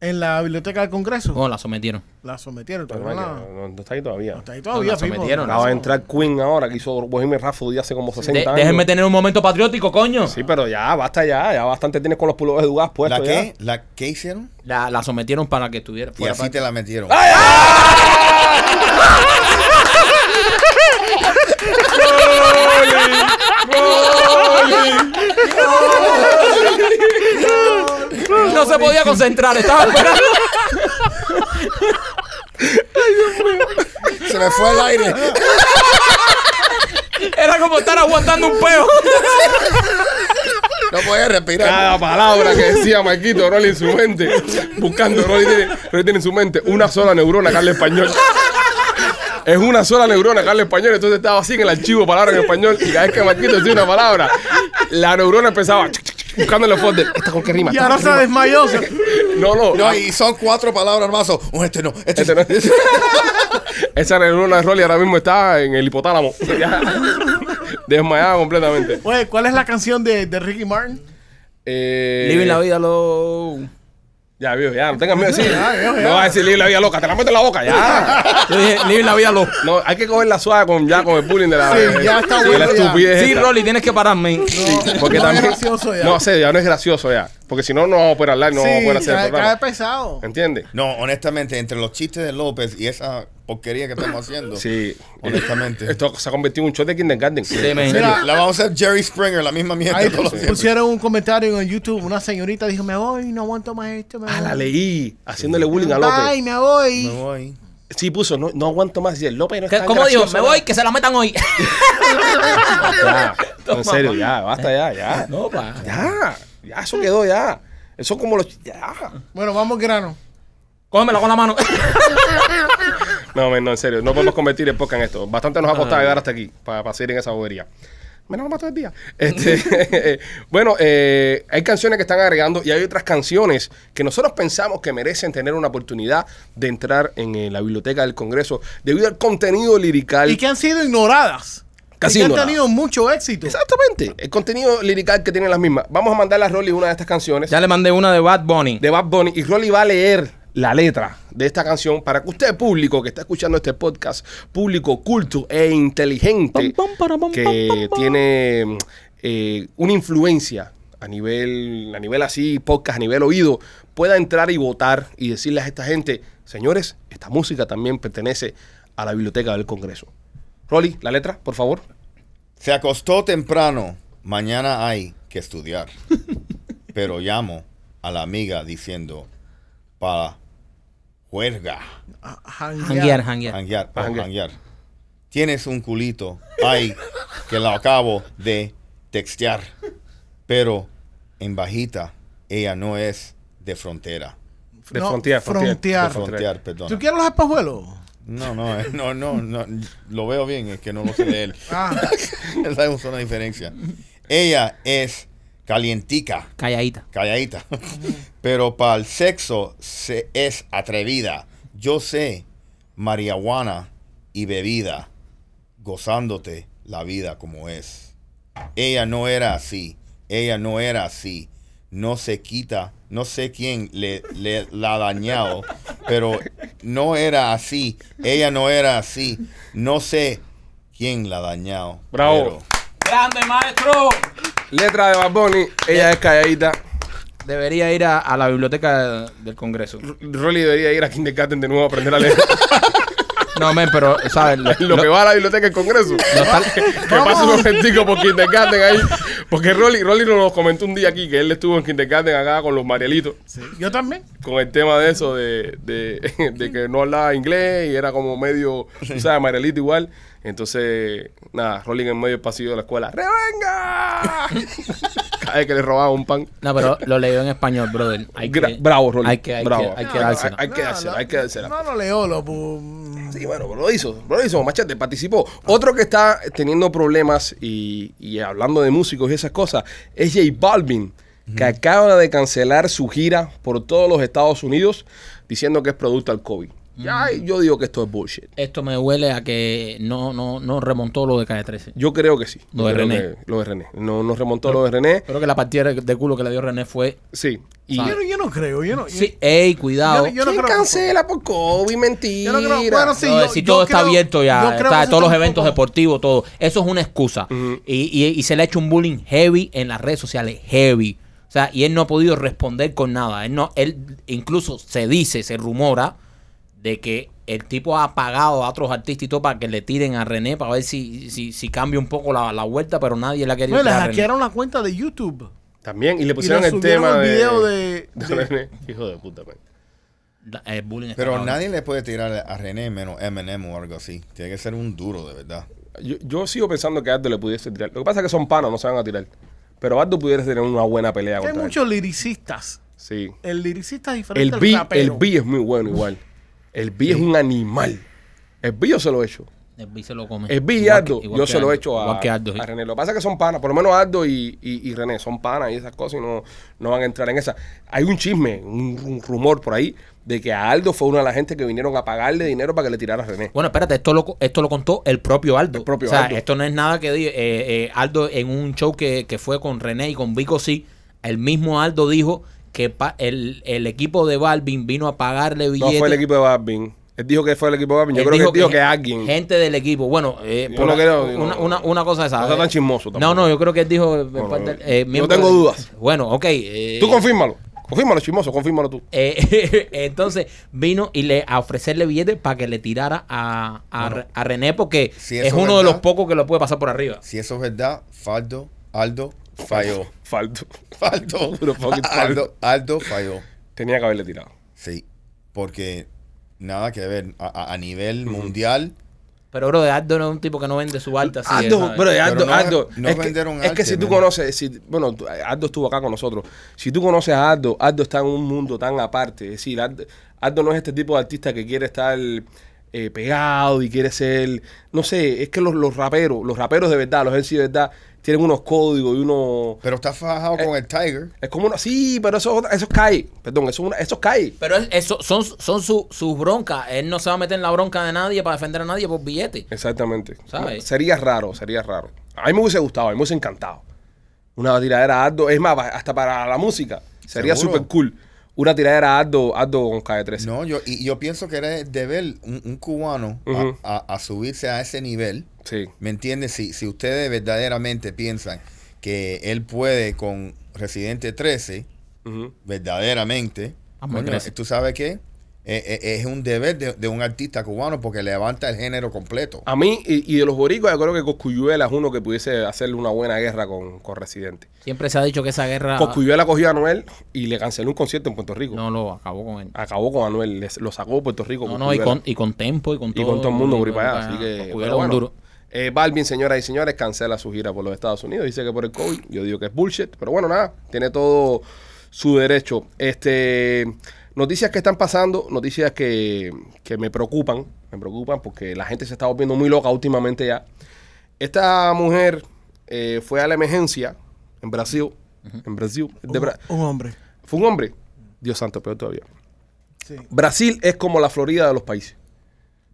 C: en la biblioteca del Congreso.
B: Oh, la sometieron.
C: La sometieron,
A: Pero,
C: todavía
A: man,
C: Ah. no-
A: que no- no está ahí todavía.
C: Hasta ahí todavía,
B: No, la
C: Pipo.
B: sometieron,
A: Acaba de entrar Queen ahora, que hizo Bohemian Rhapsody hace como 60
B: De-
A: años.
B: déjenme tener un momento patriótico, coño.
A: Sí, pero ya, basta ya. Ya bastante tienes con los pulos de Dugas puestos.
D: ¿La
A: ya.
D: qué? ¿La qué hicieron?
B: La, la sometieron para que estuviera.
D: Y
B: fuera
D: así te la metieron.
B: Patri. No se podía concentrar, estaba esperando.
D: Se me fue el aire.
B: Era como estar aguantando un peo.
D: No podía respirar.
A: Cada palabra que decía Marquito Rolly en su mente, buscando Rolly tiene, Rolly tiene en su mente una sola neurona Carla Español. Es una sola neurona Carla Español, entonces estaba así en el archivo palabra en español y cada vez que Marquito decía una palabra, la neurona empezaba buscando en los folders. Esta con qué rima.
C: Y
A: esta
C: ahora
A: con
C: se
A: qué rima.
C: desmayó. o sea,
A: No, no.
D: No, y son cuatro palabras, hermano. Oh, este no, este,
A: Este
D: no.
A: no- Esa neurona de Rolly ahora mismo está en el hipotálamo. Ya. Desmayada completamente.
C: Oye, ¿cuál es la canción de, de Ricky Martin?
A: Eh,
F: Living la vida low.
A: Ya, viejo, ya, no tengas miedo de decir.
C: Ya, viejo, ya.
A: No vas a decir libre la vida loca, te la meto en la boca, ya.
F: Yo dije, living la vida low.
A: No, hay que coger la suave con, ya con el bullying de la,
C: Sí, ya está
A: de
C: bueno,
A: la
C: ya.
A: estupidez.
F: Sí,
A: esta.
F: Rolly, tienes que pararme.
A: Porque
C: No es
A: también,
C: gracioso ya.
A: No sé, ya no es gracioso ya. Porque si no, no vamos a poder hablar, no vamos a poder hacer el
C: cae, cae
A: programa.
C: pesado.
A: ¿Entiendes?
D: No, honestamente, entre los chistes de López y esa porquería que estamos haciendo,
A: Sí.
D: honestamente.
A: Esto eh, se ha convertido en un show de kindergarten.
F: Sí, man.
C: Mira,
D: La vamos a hacer Jerry Springer, la misma mierda.
C: ahí
D: todos los días.
C: pusieron un comentario en YouTube. Una señorita dijo, me voy, no aguanto más esto. Me
A: Ah,
C: voy.
A: la leí. Haciéndole bullying a
C: Bye,
A: López.
C: me voy.
D: Me voy.
A: Sí, puso, no, no aguanto más. Y el López no
F: ¿Qué-
A: está
F: ¿Cómo dijo? Me voy, que se la metan hoy.
A: Ya, en serio, ya, basta ya, ya.
F: No, pa.
A: Ya, ya, eso quedó ya. Eso como los. Ya.
C: Bueno, vamos al grano.
F: Cómemela con la mano.
A: No, men, no, en serio, no podemos convertir el podcast en esto. Bastante nos ha costado llegar hasta aquí para, para seguir en esa bobería. Menos vamos todo el día. Este, bueno, eh, hay canciones que están agregando y hay otras canciones que nosotros pensamos que merecen tener una oportunidad de entrar en eh, la biblioteca del Congreso debido al contenido lirical.
C: Y que han sido ignoradas.
A: Casi
C: y que
A: ignoradas.
C: han tenido mucho éxito.
A: Exactamente, el contenido lirical que tienen las mismas. Vamos a mandar a Rolly una de estas canciones
F: Ya le mandé una de Bad Bunny.
A: de Bad Bunny y Rolly va a leer la letra de esta canción para que usted, público que está escuchando este podcast, público culto e inteligente, que tiene eh, una influencia a nivel, a nivel así, podcast, a nivel oído, pueda entrar y votar y decirle a esta gente, señores, esta música también pertenece a la biblioteca del Congreso. Rolly, la letra, por favor.
D: Se acostó temprano. Mañana hay que estudiar. Pero llamo a la amiga diciendo para juerga,
F: Hanguear,
C: Janguear.
F: hanguear.
D: hanguear,
A: Pa'
D: pa'
A: janguear.
D: janguear. Tienes un culito. Ay, que lo acabo de textear. Pero en bajita, ella no es de frontera.
A: De
C: No,
A: frontear, frontear.
D: De
C: frontear.
D: frontear, perdón.
C: ¿Tú quieres los espejuelos?
D: No, no, eh, no, no, no, lo veo bien, es que no lo sé leer.
C: Ah,
D: Sabemos una diferencia. Ella es calientica,
F: Calladita.
D: calladita, pero para el sexo se es atrevida. Yo sé, marihuana y bebida, gozándote la vida como es. Ella no era así, ella no era así. No se quita, no sé quién le, le- la ha dañado, pero no era así, ella no era así. No sé quién la ha dañado.
A: Bravo.
F: ¡Grande, maestro!
A: Letra de Bad Bunny, ella es calladita.
F: Debería ir a, a la biblioteca del Congreso.
A: Rolly debería ir a Kindergarten de nuevo a aprender a leer.
F: No, men, pero, ¿sabes? Lo,
A: lo que va a la biblioteca del Congreso. que pase un momentico por kindergarten ahí. Porque Rolly, Rolly nos comentó un día aquí que él estuvo en kindergarten acá con los Marielitos,
C: sí. Yo también.
A: con el tema de eso, de, de, de que no hablaba inglés y era como medio, o sea, Marielito igual. Entonces, nada, Rolly en el medio del pasillo de la escuela, ¡Revenga! Cada vez que le robaba un pan.
B: No, pero lo leyó en español, brother. Hay que-
A: Gra- bravo, Rolly.
B: Hay que, hay
A: bravo.
B: que, hay que
A: No,
B: dársela.
A: Hay que dársela, hay que dársela.
C: No pues, lo leo, lo. pu-
A: Sí, bueno, pero lo hizo, pero lo hizo, Machete, participó. Otro que está teniendo problemas y, y hablando de músicos y esas cosas es J Balvin, que acaba de cancelar su gira por todos los Estados Unidos diciendo que es producto del COVID. Ya, yo digo que esto es bullshit.
B: Esto me huele a que no, no, no remontó lo de Calle 13.
A: Yo creo que sí.
B: Lo
A: Yo
B: de
A: creo
B: René.
A: que- Lo de René. No, nos remontó lo de René.
B: Creo que la partida de culo que le dio René fue.
A: Sí. Y
C: Yo, no- yo no creo. Yo no,
B: Sí, ey, cuidado.
C: Yo, yo no
A: ¿Quién
C: creo.
A: cancela por COVID?
C: Yo
A: Mentira.
C: no creo. Bueno, sí,
B: No,
C: yo-
B: si
C: yo
B: todo está
C: creo-
B: abierto
C: yo
B: ya,
C: creo
B: está,
C: que eso
B: todos los
C: está un
B: eventos
C: poco-
B: deportivos, todo. Eso es una excusa.
A: Ujú.
B: y, y- y se le ha hecho un bullying heavy en las redes sociales, heavy. O sea, y él no ha podido responder con nada. Él no, él incluso se dice, se rumora de que el tipo ha pagado a otros artistas y todo para que le tiren a René para ver si, si, si cambia un poco la, la vuelta, pero nadie le ha querido
C: No, le
B: tirar a René.
C: hackearon la cuenta de YouTube.
A: También, y le
C: Y le
A: pusieron el
C: subieron
A: tema
C: el
A: de-
C: video de.
A: de
C: de-
A: René. Hijo de puta, man.
B: La- el bullying está
D: Pero
B: cabrón.
D: nadie le puede tirar a René menos Eminem o algo así. Tiene que ser un duro, de verdad.
A: Yo, yo sigo pensando que a Aldo le pudiese tirar. Lo que pasa es que son panos, no se van a tirar. Pero Aldo pudiera tener una buena pelea
C: Hay
A: contra él.
C: muchos liricistas.
A: Sí.
C: El liricista es diferente
A: El
C: al
A: B, el
C: rapero.
A: B es muy bueno igual. El B es un animal. El B yo se lo he hecho.
B: El B se lo come.
A: El B y
B: Igual que-
A: Aldo,
B: igual
A: yo
B: que
A: se lo he
B: Aldo,
A: hecho a,
B: Igual que Aldo, sí.
A: a René. Lo que pasa es que son panas, por lo menos Aldo y, y- y René son panas y esas cosas y no, no van a entrar en esa. Hay un chisme, un, un rumor por ahí de que a Aldo fue una de las gente que vinieron a pagarle dinero para que le tirara a René.
B: Bueno, espérate, esto lo, esto lo contó el propio Aldo.
A: El propio
B: o sea,
A: Aldo.
B: esto no es nada que diga. eh, eh, Aldo en un show que, que fue con René y con Vico sí, el mismo Aldo dijo que pa- el, el equipo de Balvin vino a pagarle
A: No
B: billetes.
A: fue el equipo de Balvin. Él dijo que fue el equipo de Balvin. Yo
B: Él
A: creo que él dijo que,
B: gen-
A: alguien.
B: Gente del equipo. Bueno, eh,
A: Yo
B: por
A: no
B: la-
A: creo, yo
B: una,
A: no-
B: una, una cosa esa.
A: no está tan chismoso
B: No,
A: tampoco.
B: no, yo creo que él dijo. eh,
A: no,
B: parte-
A: no.
B: eh,
A: No
B: miembro
A: tengo
B: de-
A: dudas.
B: Bueno, ok. eh,
A: Tú confírmalo. Confírmalo, chismoso, confírmalo tú.
B: eh, entonces vino y le a ofrecerle billetes para que le tirara a, a, Re- a René porque
D: Si
B: es
D: eso
B: uno
D: es
B: de los
D: verdad.
B: pocos que lo puede pasar por arriba.
D: Si eso es verdad, Faldo, Aldo falló.
A: Falto.
D: Faldo,
A: Puro fucking
D: Aldo, Aldo falló.
A: Tenía que haberle tirado.
D: Sí, porque nada que ver. A, a- a nivel mundial,
B: Pero, bro, Aldo no es un tipo que no vende su alta. Así,
A: Aldo,
B: ¿sabes?
A: bro, Aldo,
D: no-
A: Aldo.
D: no
A: es, que,
D: vendieron
A: es que
D: arte,
A: si tú
D: man.
A: conoces, si, bueno, tú- Aldo estuvo acá con nosotros. Si tú conoces a Aldo, Aldo está en un mundo tan aparte. Es decir, Aldo, Aldo no es este tipo de artista que quiere estar eh, pegado y quiere ser, no sé, es que los, los raperos, los raperos de verdad, los MC de verdad, tienen unos códigos y unos...
D: pero está fajado con
A: Eh,
D: el Tiger.
A: Es como una, sí, pero eso, es otra- eso es calle. Perdón, eso es, una, eso es calle.
B: Pero es- eso, son, son su- sus broncas. Él no se va a meter en la bronca de nadie para defender a nadie por billetes.
A: Exactamente.
B: ¿Sabes?
A: No, sería raro, sería raro. A mí me hubiese gustado, a mí me hubiese encantado. Una tiradera a Ardo, es más, pa- hasta para la música. Sería
D: Seguro.
A: súper cool. Una tiradera a Ardo, Ardo con KD13.
D: No, yo, y yo pienso que era deber un, un cubano a-
A: Ujú.
D: a, a subirse a ese nivel.
A: Sí.
D: ¿Me entiendes? Si, si ustedes verdaderamente piensan que él puede con Residente 13,
A: Ujú.
D: verdaderamente,
B: Vamos,
D: coño,
B: 13.
D: ¿tú sabes qué? Eh, eh, es un deber de, de un artista cubano porque levanta el género completo.
A: A mí y, y de los boricuas, yo creo que Coscuyuela es uno que pudiese hacerle una buena guerra con, con Residente.
B: Siempre se ha dicho que esa guerra
A: Coscuyuela cogió a Anuel y le canceló un concierto en Puerto Rico.
B: Ah. no lo acabó con él.
A: Acabó con Anuel, les- lo sacó de Puerto Rico.
B: No, no, y
A: Coscuyuela.
B: con, y con Tempo y con todo.
A: y con todo el mundo por ahí para allá.
B: para
A: Así que,
B: Coscuyuela
A: pero
B: es un
A: bueno,
B: duro.
A: eh, Balvin, señoras y señores, cancela su gira por los Estados Unidos. Dice que por el COVID, yo digo que es bullshit. Pero bueno, nada, tiene todo su derecho. Este, noticias que están pasando, noticias que, que me preocupan, me preocupan porque la gente se está volviendo muy loca últimamente ya. Esta mujer eh, fue a la emergencia en Brasil, en Brasil, de Bra-
C: Un hombre.
A: fue un hombre, Dios santo, peor todavía.
C: Sí.
A: Brasil es como la Florida de los países.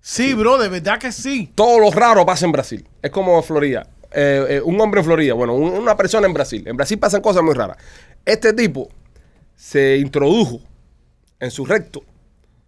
C: Sí, bro, de verdad que sí.
A: Todo lo raro pasa en Brasil. Es como Florida. Eh, eh, un hombre en Florida, bueno, un- una persona en Brasil. En Brasil pasan cosas muy raras. Este tipo se introdujo en su recto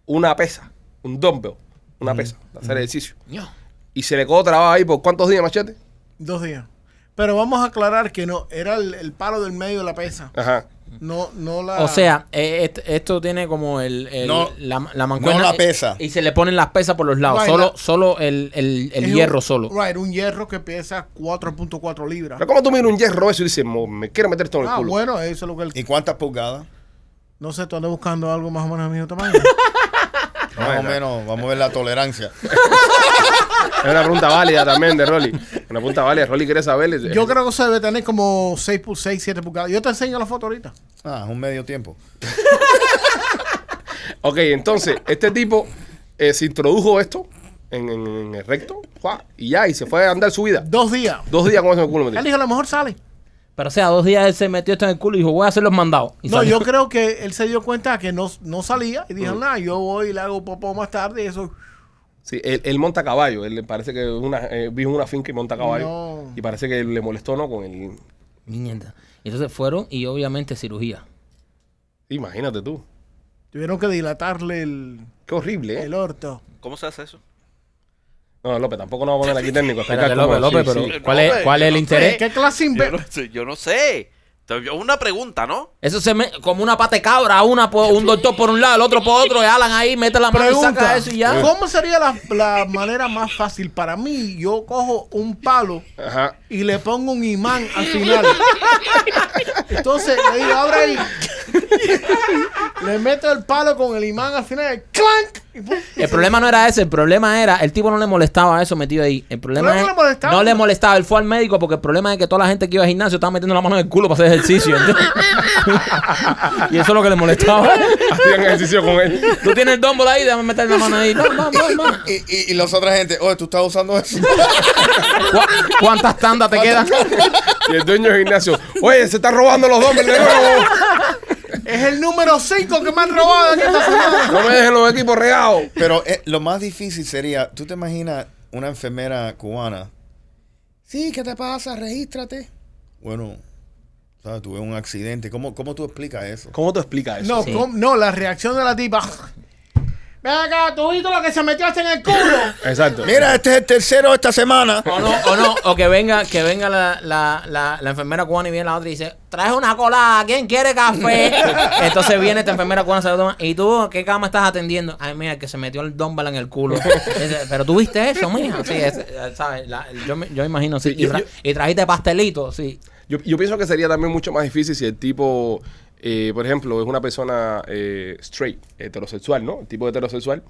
A: una pesa, un dumbbell, una pesa, para hacer ejercicio.
B: Ño.
A: Y se le quedó trabado ahí por cuántos días, machete.
C: Dos días. Pero vamos a aclarar que no, era el, el palo del medio de la pesa.
A: Ajá.
C: No, no la.
B: O sea, eh, est- esto tiene como el, el-
D: No,
B: la, la mancuerna.
D: no la
B: eh,
D: pesa.
B: Y, se le ponen las pesas por los lados.
C: Right,
B: solo
C: la-
B: solo el, el, el
C: es
B: hierro
C: un-
B: solo.
C: Right, un hierro que pesa 4.4 libras.
A: Pero como tú miras un hierro eso y dices, "Mo- me quiero meter todo en el
C: Ah,
A: culo.
C: bueno, eso es lo que él.
D: ¿Y cuántas pulgadas?
C: No sé, tú andas buscando algo más o menos a mi tamaño.
D: Más o menos, vamos a ver la tolerancia.
A: Es una pregunta válida también de Rolly. Una pregunta válida. Rolly quiere saber. Eh,
C: Yo creo que eso debe tener como 6, 6 7 pulgadas. Yo te enseño la foto ahorita.
D: Ah, es un medio tiempo.
A: Ok, entonces, este tipo eh, se introdujo esto en, en- en el recto ¡fua! y ya, y se fue a andar su vida.
C: Dos días.
A: Dos días con eso en el culo
C: Él
A: metido.
C: dijo, a lo mejor sale.
B: Pero o sea, dos días él se metió esto en el culo y dijo, voy a hacer los mandados. Y
C: No,
B: salió. Mm.
C: yo creo que él se dio cuenta que no, no salía y dijo, nada, yo voy y le hago popó más tarde y eso.
A: Sí, él, él monta caballo. Él le parece que una, eh, vive en una finca y monta caballo.
C: No.
A: Y parece que le molestó, ¿no? Con el.
B: Mierda. Y entonces fueron y obviamente cirugía.
A: Imagínate tú.
C: Tuvieron que dilatarle el,
A: Qué horrible, ¿eh?
C: el orto.
E: ¿Cómo se hace eso?
A: No, López, tampoco nos vamos a poner aquí técnico.
B: Espérate,
A: Explicar
B: López,
A: cómo-
B: López,
A: sí,
B: pero
A: sí.
B: ¿cuál es,
E: López,
B: cuál es el
E: López.
B: interés?
C: ¿Qué clase
E: ¿Eh? Yo no
C: imbécil?
E: sé. Yo no sé. Entonces, yo- Una pregunta, ¿no?
B: Eso se me, como una pata de cabra, una por- un doctor por un lado, el otro por otro, y Alan ahí, mete la mano y saca
C: Pregunta,
B: eso y ya.
C: ¿cómo sería la, la manera más fácil para mí? Yo cojo un palo
A: Ajá.
C: y le pongo un imán al final. Entonces le digo, abre ahí. Le meto el palo con el imán al final, ¡clank!
B: El problema no era ese, el problema era, el tipo no le molestaba eso metido ahí. El problema
C: Pero no
B: es-
C: le molestaba.
B: no le molestaba, él fue al médico porque el problema es que toda la gente que iba al gimnasio estaba metiendo la mano en el culo para hacer ejercicio. ¿entiendes? y eso es lo que le molestaba.
A: Hacían ejercicio con él.
B: Tú tienes el dumbbell ahí, déjame meter la mano ahí. No, no, no, no.
D: Y, y, y los otra gente, oye, tú estás usando eso.
B: ¿Cu- ¿Cuántas tandas te quedan?
A: Y el dueño del gimnasio, oye, se está robando los dumbbells de nuevo.
C: Es el número 5 que me han robado en esta semana.
A: No me dejen los equipos regados.
D: Pero eh, lo más difícil sería, ¿tú te imaginas una enfermera cubana? Sí, ¿qué te pasa? Regístrate. Bueno, ¿sabes? Tuve un accidente. ¿Cómo, cómo tú explicas eso?
A: ¿Cómo te explicas eso?
C: No,
B: Sí.
C: ¿cómo? no, la reacción de la tipa. Ven acá, tú viste lo que se metió hasta en el culo.
A: Exacto.
D: Mira, este es el tercero de esta semana.
B: O no, o no, o que venga, que venga la, la, la, la enfermera cubana y viene la otra y dice, traes una colada, ¿quién quiere café? Entonces viene esta enfermera cubana, se lo toma, ¿y tú qué cama estás atendiendo? Ay, mira, que se metió el dumbbell en el culo. Dice, Pero tú viste eso, mija. Sí, es- ¿sabes? La- yo, me- yo imagino, sí.
A: Sí,
B: Y,
A: yo-
B: tra-
A: yo-
B: y trajiste pastelito, sí.
A: Yo, yo pienso que sería también mucho más difícil si el tipo, eh, por ejemplo, es una persona eh, straight, heterosexual, ¿no? El tipo heterosexual,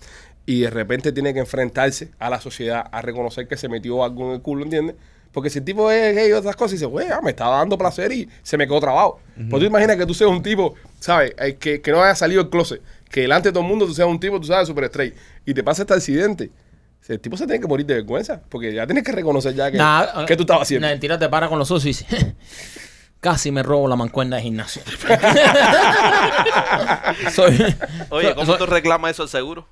A: y de repente tiene que enfrentarse a la sociedad a reconocer que se metió algo en el culo, ¿entiendes? Porque si el tipo es gay y otras cosas, y dice, güey, ah, me estaba dando placer y se me quedó trabado. Pues tú imaginas que tú seas un tipo, ¿sabes? Eh, que, que no haya salido del closet, que delante de todo el mundo tú seas un tipo, tú sabes, super straight, y te pasa este accidente. El tipo se tiene que morir de vergüenza, porque ya tienes que reconocer ya que,
B: Nah,
A: que tú estabas haciendo.
B: no, Mentira, te para con los ojos y dice, casi me robo la mancuerna de gimnasio. Soy-
E: Oye,
B: soy-
E: ¿cómo
B: soy-
E: tú reclamas eso al seguro?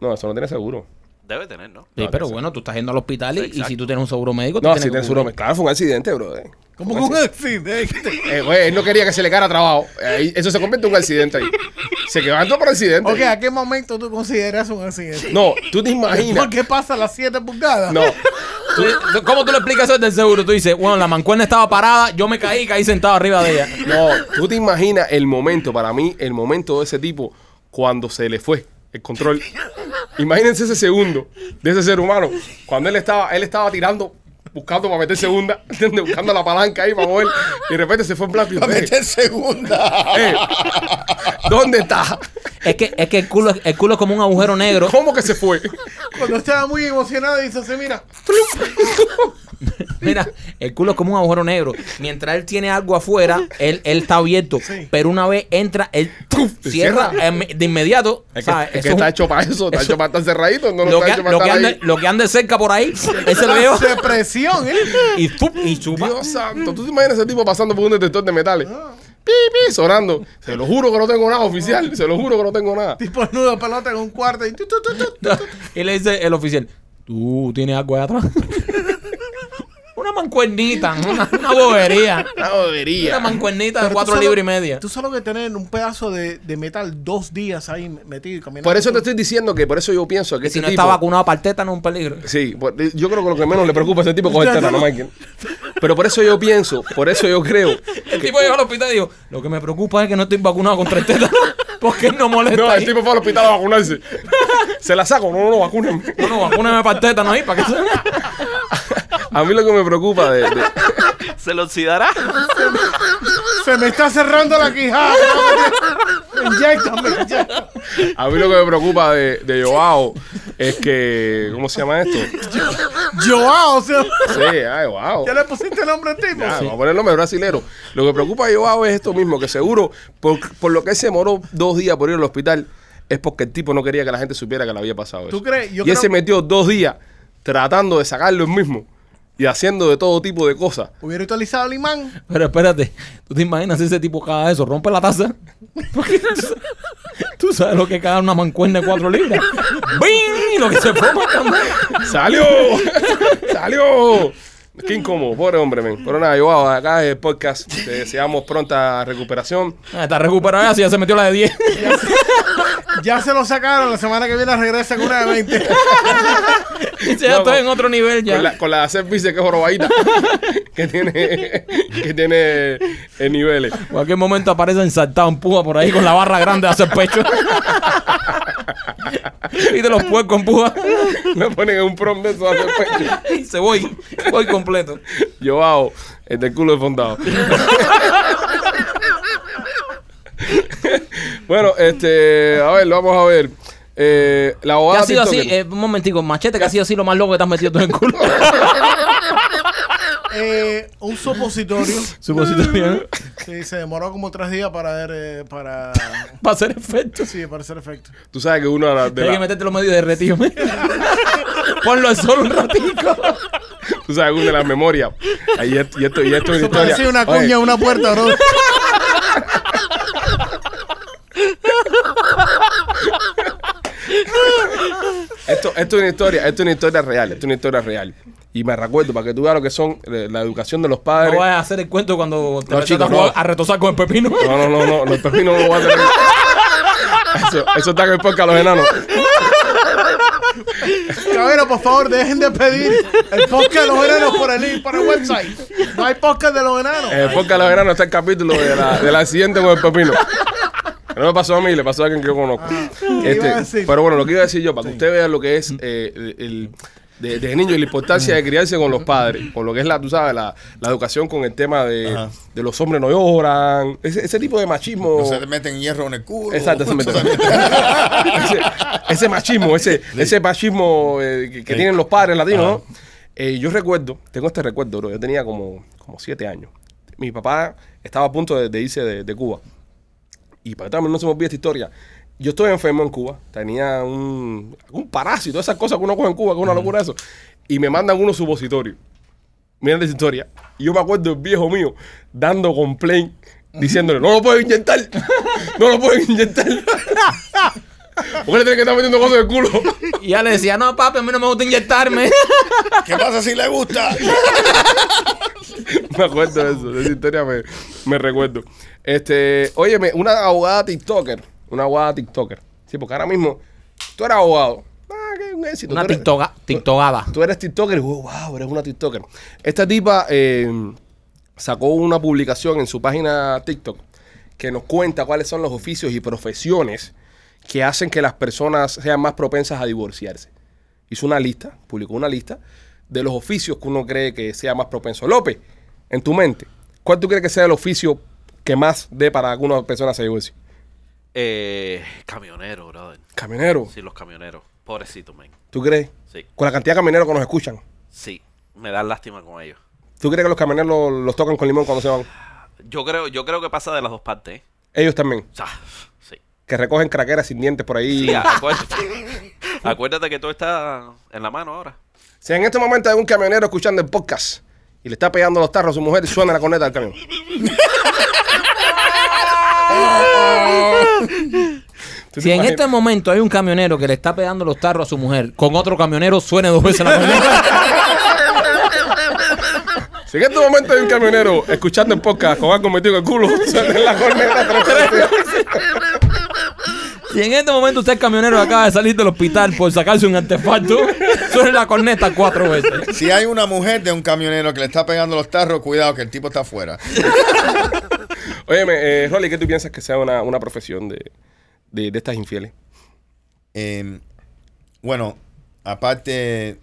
A: No, eso no tiene seguro.
E: Debe tener, ¿no?
B: Sí, pero bueno, tú estás yendo al hospital y, y si
E: Exacto.
B: tú tienes un seguro médico, tú
A: No,
B: tienes
A: si
B: que
A: tiene seguro.
B: cubrir.
A: Claro, fue un accidente, Eh, brother.
C: Como que un accidente.
A: Eh, güey, él no quería que se le cara trabajo. Eh, eso se convierte en un accidente ahí. Se quedó por accidente.
C: Ok, ¿a qué momento tú consideras un accidente?
A: No, tú te imaginas.
C: ¿Por qué pasa las 7 pulgadas?
A: No,
B: Tú- tú- ¿Cómo tú le explicas eso del seguro? Tú dices, bueno, la mancuerna estaba parada, yo me caí, caí sentado arriba de ella.
A: no, tú te imaginas el momento, para mí, el momento de ese tipo cuando se le fue el control. Imagínense ese segundo de ese ser humano. Cuando él estaba, él estaba tirando, buscando para meter segunda, ¿entiendes? buscando la palanca ahí para mover. Y de repente se fue en blanco y
D: Para
A: eh,
D: meter segunda.
A: eh, ¿Dónde está?
B: Es que, es que el, culo, es- el culo es como un agujero negro.
A: ¿Cómo que se fue?
C: Cuando estaba muy emocionado, dice así, mira.
B: Mira, el culo es como un agujero negro. Mientras él tiene algo afuera, él, él está abierto.
C: Sí.
B: Pero una vez entra, él ¡truf!
A: Se
B: cierra
A: cierra.
B: em, de inmediato.
A: Es que,
B: ¿sabes?
A: es que
B: Eso es
A: está
B: un-
A: hecho para eso, está
B: eso-
A: hecho para estar cerradito, no lo,
B: lo,
A: está
B: que,
A: hecho para
B: lo que
A: estar
B: ande,
A: ahí.
B: lo que ande cerca por ahí, ese lo veo.
C: Hace presión, ¿eh?
B: Y, ¡pum! y chupa.
A: Dios
B: Mm.
A: santo, ¿tú te imaginas ese tipo pasando por un detector de metales? Pi, pi, sonando. Se lo juro que no tengo nada oficial, se lo juro que no tengo nada.
C: Tipo nudo pelota en un cuarto y tu, tu, tu, tu.
B: Y le dice el oficial, tú tienes algo ahí atrás. una mancuernita, una, una bobería.
A: Una
B: Una
A: bobería.
B: mancuernita de
C: Pero tú
B: cuatro
C: solo-
B: libras y media.
C: Tú solo que tener un pedazo de, de metal dos días ahí metido y caminando.
A: Por eso te estoy diciendo que, por eso yo pienso que
B: Que si
A: ese
B: no
A: tipo...
B: está vacunado para el tétano es un peligro.
A: Sí, por- yo creo que lo que menos le preocupa a ese tipo es coger tétano, Michael. Pero por eso yo pienso, por eso yo creo...
B: El tipo llegó al hospital y dijo, lo que me preocupa es que no estoy vacunado contra el tétano. Porque él no molesta
A: No,
B: ahí.
A: el tipo fue al hospital a vacunarse. Se la saco, no, no, no, vacúnenme.
B: No, no, vacúname para el tétano ahí, para que se...
A: A mí lo que me preocupa de- de,
E: ¿Se lo oxidará?
C: Se me está cerrando la quijada. inyectame, inyectame.
A: A mí lo que me preocupa de, de Joao es que. ¿Cómo se llama esto?
C: Joao, o sea,
A: Sí, ay, Joao.
C: ya le pusiste el nombre al tipo.
A: Ya, Vamos a poner el nombre brasilero. Lo que me preocupa de Joao es esto mismo: que seguro, por, por lo que él se demoró dos días por ir al hospital, es porque el tipo no quería que la gente supiera que le había pasado eso.
C: ¿Tú crees? Yo
A: y él
C: creo-
A: se metió dos días tratando de sacarlo él mismo y haciendo de todo tipo de cosas.
C: Hubiera utilizado el imán.
B: Pero espérate, ¿tú te imaginas si ese tipo cada eso? Rompe la taza. Porque tú sa- tú sabes lo que cada una mancuerna de cuatro libras. ¡Bing! Y lo que se forma también.
A: ¡Salió! ¡Salió! Qué incómodo, pobre hombre, men. Pero nada, Joao, acá es el podcast. Te deseamos pronta recuperación.
B: Ah, Está recuperado ya, si ya se metió la de 10.
C: Ya se lo sacaron. La semana que viene regresa con una de 20.
B: Y ya
A: No,
B: estoy
A: con-
B: en otro nivel ya.
A: Con la, con la de hacer bíceps que es jorobadita. que tiene, que tiene eh, niveles.
B: En cualquier momento aparece ensartado en púa por ahí con la barra grande de hacer pecho. y de los puercos en púa.
A: Lo ponen en un prom de esos a hacer pecho.
B: y se voy, voy completo.
A: Yo hago el del culo desfondado. bueno, este, a ver, lo vamos a ver. Eh, la
B: Que
A: abogada
B: ha sido así,
A: TikToker.
B: eh, un momentico, machete, que ha sido así lo más loco que te has metido tú en el culo.
C: Eh, un supositorio.
B: Supositorio, ¿no?
C: Sí, se demoró como tres días para ver, eh, para...
B: Para hacer efectos.
C: Sí, para hacer efecto.
B: eh.
A: Tú sabes que uno de, la- de
B: Hay
A: la-
B: que meterte los medios derretidos. mira. Ponlo al sol un ratico.
A: tú sabes que una de las memorias. Ahí esto, y esto, y esto es
C: Eso
A: historia.
C: parece una
A: Oye,
C: cuña, una puerta, bro.
A: Esto, esto es una historia, esto es una historia real, esto es una historia real. Y me recuerdo, para que tú veas lo que son eh, la educación de los padres.
B: No vayas a hacer el cuento cuando te
A: No,
B: metas
A: chico,
B: a, jugar-
A: no.
B: a retosar con el pepino.
A: No, no, no, no, los pepinos no lo voy a tener. Eso, eso está que porca a los enanos.
C: Cabrera, por favor, dejen de pedir el podcast de los enanos por el link, para el website. No hay podcast de los enanos.
A: Eh, porca a los enanos está el capítulo de la, del accidente con el pepino. No me pasó a mí, le pasó a alguien que yo conozco.
D: Ah.
C: ¿qué iba a
A: Este,
C: decir?
A: pero bueno, lo que iba a decir yo, para que usted vea lo que es eh, el, el- de, de niño y la importancia de criarse con los padres, con lo que es la, tú sabes, la, la educación con el tema de,
D: Ajá.
A: de los hombres no lloran, ese, ese tipo de machismo.
D: No se te meten hierro en el culo.
A: Exacto, ese, método. ese, ese machismo, ese, ese machismo eh, que, que
D: Sí.
A: tienen los padres latinos, ¿no? Eh, yo recuerdo, tengo este recuerdo, bro, yo tenía como, como siete años. Mi papá estaba a punto de, de irse de, de Cuba. Y para también no se me olvida esta historia. Yo estoy enfermo en Cuba, tenía un, un parásito, esas cosas que uno coge en Cuba, que es una locura eso. Y me mandan unos supositorios. Miren esa historia. Y yo me acuerdo el viejo mío dando complaint, diciéndole, no lo puedes inyectar, no lo puedes inyectar. Porque le tienes que estar metiendo cosas en el culo.
B: Y ya le decía, no, papi, a mí no me gusta inyectarme.
D: ¿Qué pasa si le gusta?
A: Me acuerdo de eso, de esa historia me, me recuerdo. Este, óyeme, una abogada TikToker, una abogada TikToker. Sí, porque ahora mismo, tú eres abogado. Ah, qué un éxito.
B: Una
A: tú eres-
B: tiktoka, tiktokada.
A: Tú eres TikToker, wow, wow, eres una TikToker. Esta tipa eh, sacó una publicación en su página TikTok que nos cuenta cuáles son los oficios y profesiones que hacen que las personas sean más propensas a divorciarse. Hizo una lista, publicó una lista de los oficios que uno cree que sea más propenso. López, en tu mente, ¿cuál tú crees que sea el oficio que más dé para que una persona se divorcie?
E: Eh, camionero, brother.
A: Camionero,
E: Sí, los camioneros. Pobrecito, man.
A: ¿tú crees?
E: Sí,
A: Con la cantidad de camioneros que nos escuchan,
E: sí. Me da lástima con ellos.
A: ¿tú crees que los camioneros los, los tocan con limón cuando se van?
E: Yo creo, yo creo que pasa de las dos partes. ¿eh?
A: Ellos también.
E: O sea, sí.
A: que recogen craqueras sin dientes por ahí.
E: Sí, acuérdate, acuérdate que todo está en la mano ahora.
A: Si en este momento hay un camionero escuchando el podcast y le está pegando los tarros a su mujer, suena la corneta del camión. ¿Tú te
B: Si en
A: imaginas?
B: este momento hay un camionero que le está pegando los tarros a su mujer con otro camionero, suene dos veces la corneta.
A: Si en este momento hay un camionero escuchando el podcast con algo metido en el culo, suena la corneta tres veces.
B: Si en este momento usted es camionero que acaba de salir del hospital por sacarse un artefacto, suene la corneta cuatro veces.
D: Si hay una mujer de un camionero que le está pegando los tarros, cuidado que el tipo está afuera.
A: Óyeme, eh, Rolly, ¿qué tú piensas que sea una, una profesión de, de, de estas infieles?
D: Eh, bueno, aparte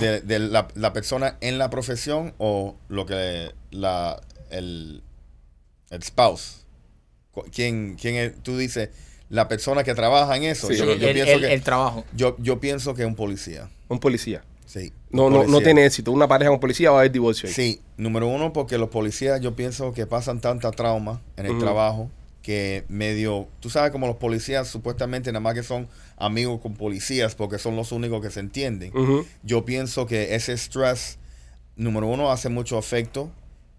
D: de, de la, la persona en la profesión o lo que la, el, el spouse. Cu- ¿Quién, quién es? Tú dices, la persona que trabaja en eso.
A: Sí,
D: yo,
A: sí,
D: yo
B: el,
D: pienso
B: el-
D: que,
B: el trabajo.
D: yo, yo pienso que un policía.
A: Un policía.
D: Sí.
A: No,
D: un
A: no, no
D: policía.
A: tiene éxito. Una pareja con policía va a haber divorcio. ahí.
D: Sí, número uno, porque los policías yo pienso que pasan tanta trauma en el
A: Ujú.
D: trabajo que medio, tú sabes como los policías supuestamente nada más que son amigos con policías porque son los únicos que se entienden.
A: Ujú.
D: Yo pienso que ese stress, número uno, hace mucho efecto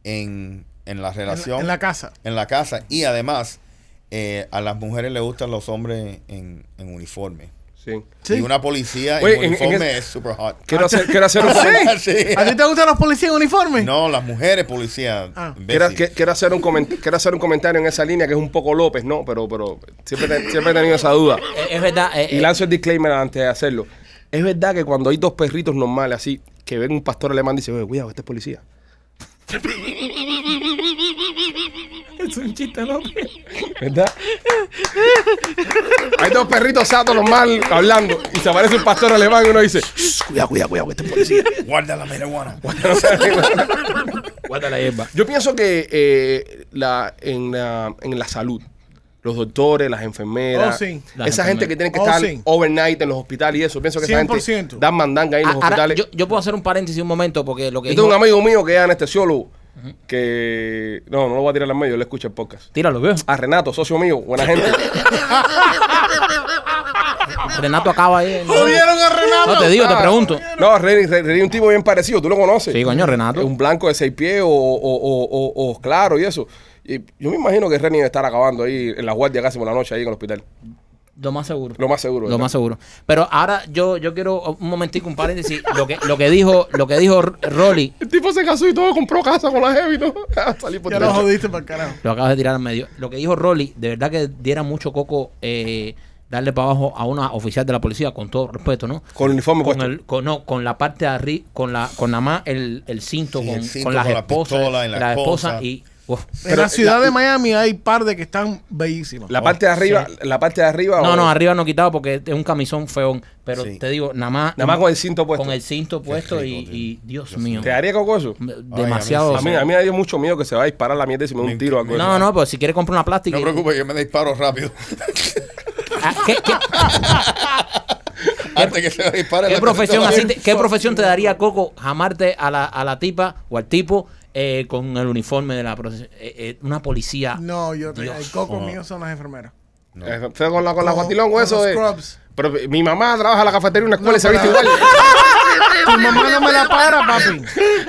D: en, en la
C: En, la-
D: relación,
C: en la casa.
D: en la casa y además eh, a las mujeres les gustan los hombres en, en uniforme.
A: Sí.
C: Sí.
D: Y una policía
A: Oye, en-
D: en
A: en
D: uniforme
A: es-
D: es super hot.
A: Quiero hacer, quiero hacer un comentario.
D: Sí.
C: ¿A ti te gustan los policías en uniforme?
D: No, las mujeres policías.
C: Ah.
D: imbécil.
A: Quiero, que- quiero hacer un coment- quiero hacer un comentario en esa línea que es un poco López, ¿no? Pero, pero siempre, te- siempre he tenido esa duda.
B: Es, es verdad. eh,
A: Y
B: eh,
A: lanzo el disclaimer antes de hacerlo. Es verdad que cuando hay dos perritos normales así, que ven un pastor alemán y dicen, oye, cuidado, este es policía.
B: es un chiste, López.
A: ¿Verdad? Hay dos perritos satos normal hablando y se aparece un pastor alemán y uno dice, "Shh, cuidado, cuidado, cuidado, este es policía.
D: Guarda la marihuana.
B: Guarda la hierba.
A: Yo pienso que eh, la, en, la, en la salud, los doctores, las enfermeras,
C: Oh, sí.
A: esa
B: Las
A: gente
B: enfermeras.
A: que tiene que
C: Oh,
A: estar
C: sí.
A: overnight en los hospitales y eso. Pienso que esa
C: 100%.
A: gente dan mandanga ahí en los
B: Ah, ahora,
A: hospitales.
B: yo, yo puedo hacer un paréntesis un momento porque lo que
A: Yo tengo un
B: dijo-
A: amigo mío que es anestesiólogo, que no, no lo voy a tirar al medio, yo le escucho el podcast.
B: Tíralo, viejo.
A: A Renato, socio mío, buena gente.
B: Renato acaba ahí. No,
C: ¡Jodieron a Renato!
B: No, te digo, te pregunto.
A: no, Reni, Reni es un tipo bien parecido, tú lo conoces.
B: Sí, coño, Renato.
A: Un blanco de seis pies o, o- o- o- o claro y eso. Y yo me imagino que Reni debe estar acabando ahí en la guardia casi por la noche ahí en el hospital.
B: Lo más seguro.
A: Lo más seguro.
B: Lo
A: ¿verdad?
B: más seguro. Pero ahora yo, yo quiero un momentico, un paréntesis. Lo que, lo que dijo, lo que dijo R- Rolly,
A: El tipo se casó y todo, compró casa con la heavy, ¿no? Ah, Salí por
C: Ya lo jodiste para el carajo.
B: lo acabas de tirar al medio. Lo que dijo Rolly, de verdad que diera mucho coco eh, darle para abajo a una oficial de la policía, con todo respeto, ¿no?
A: Con el uniforme
B: Con
A: puesto.
B: el, con, no, con la parte de arriba, con la, con nada más el, el cinto,
D: Sí,
B: con,
D: el cinto,
B: con las
D: con la
B: esposas,
D: pistola en la
B: esposa
D: esposa.
B: y uf.
C: en la ciudad de Miami hay par de que están bellísimas.
A: La parte de arriba, la parte de arriba.
B: Oh, No,
A: o-
B: no, arriba no quitado porque es un camisón feón. Pero
D: Sí.
B: te digo, nada más.
A: Nada más con el cinto puesto.
B: Con el cinto puesto y,
D: rico, tío.
B: y Dios,
D: Dios
B: mío.
A: ¿Te haría coco eso?
B: Demasiado.
D: Ay,
A: A mí, a mí me dio mucho miedo que se va a disparar la mierda y se me da un
D: Me
A: tiro o algo.
D: encanta.
B: no, no, pero si quieres comprar una plástica.
D: No te
B: y-
D: preocupes, yo me disparo rápido.
B: Ah, ¿Qué, qué-
D: Antes que se me dispare.
B: qué
D: la
B: profesión
D: pistola.
B: así te- qué profesión te daría Coco jamarte a la, a la tipa o al tipo eh, con el uniforme de la profesión? Eh, eh, una policía.
C: No, yo te,
B: Dios.
C: el coco
D: Oh.
C: mío son las enfermeras.
D: No.
A: Eh, fue con la, con la
C: Con-
A: guatilón o
C: con
A: eso
C: los
A: de-
C: scrubs.
A: Pero mi mamá trabaja en la cafetería en una escuela y se
C: pero-
A: viste igual.
C: Tu mamá no me la para, papi.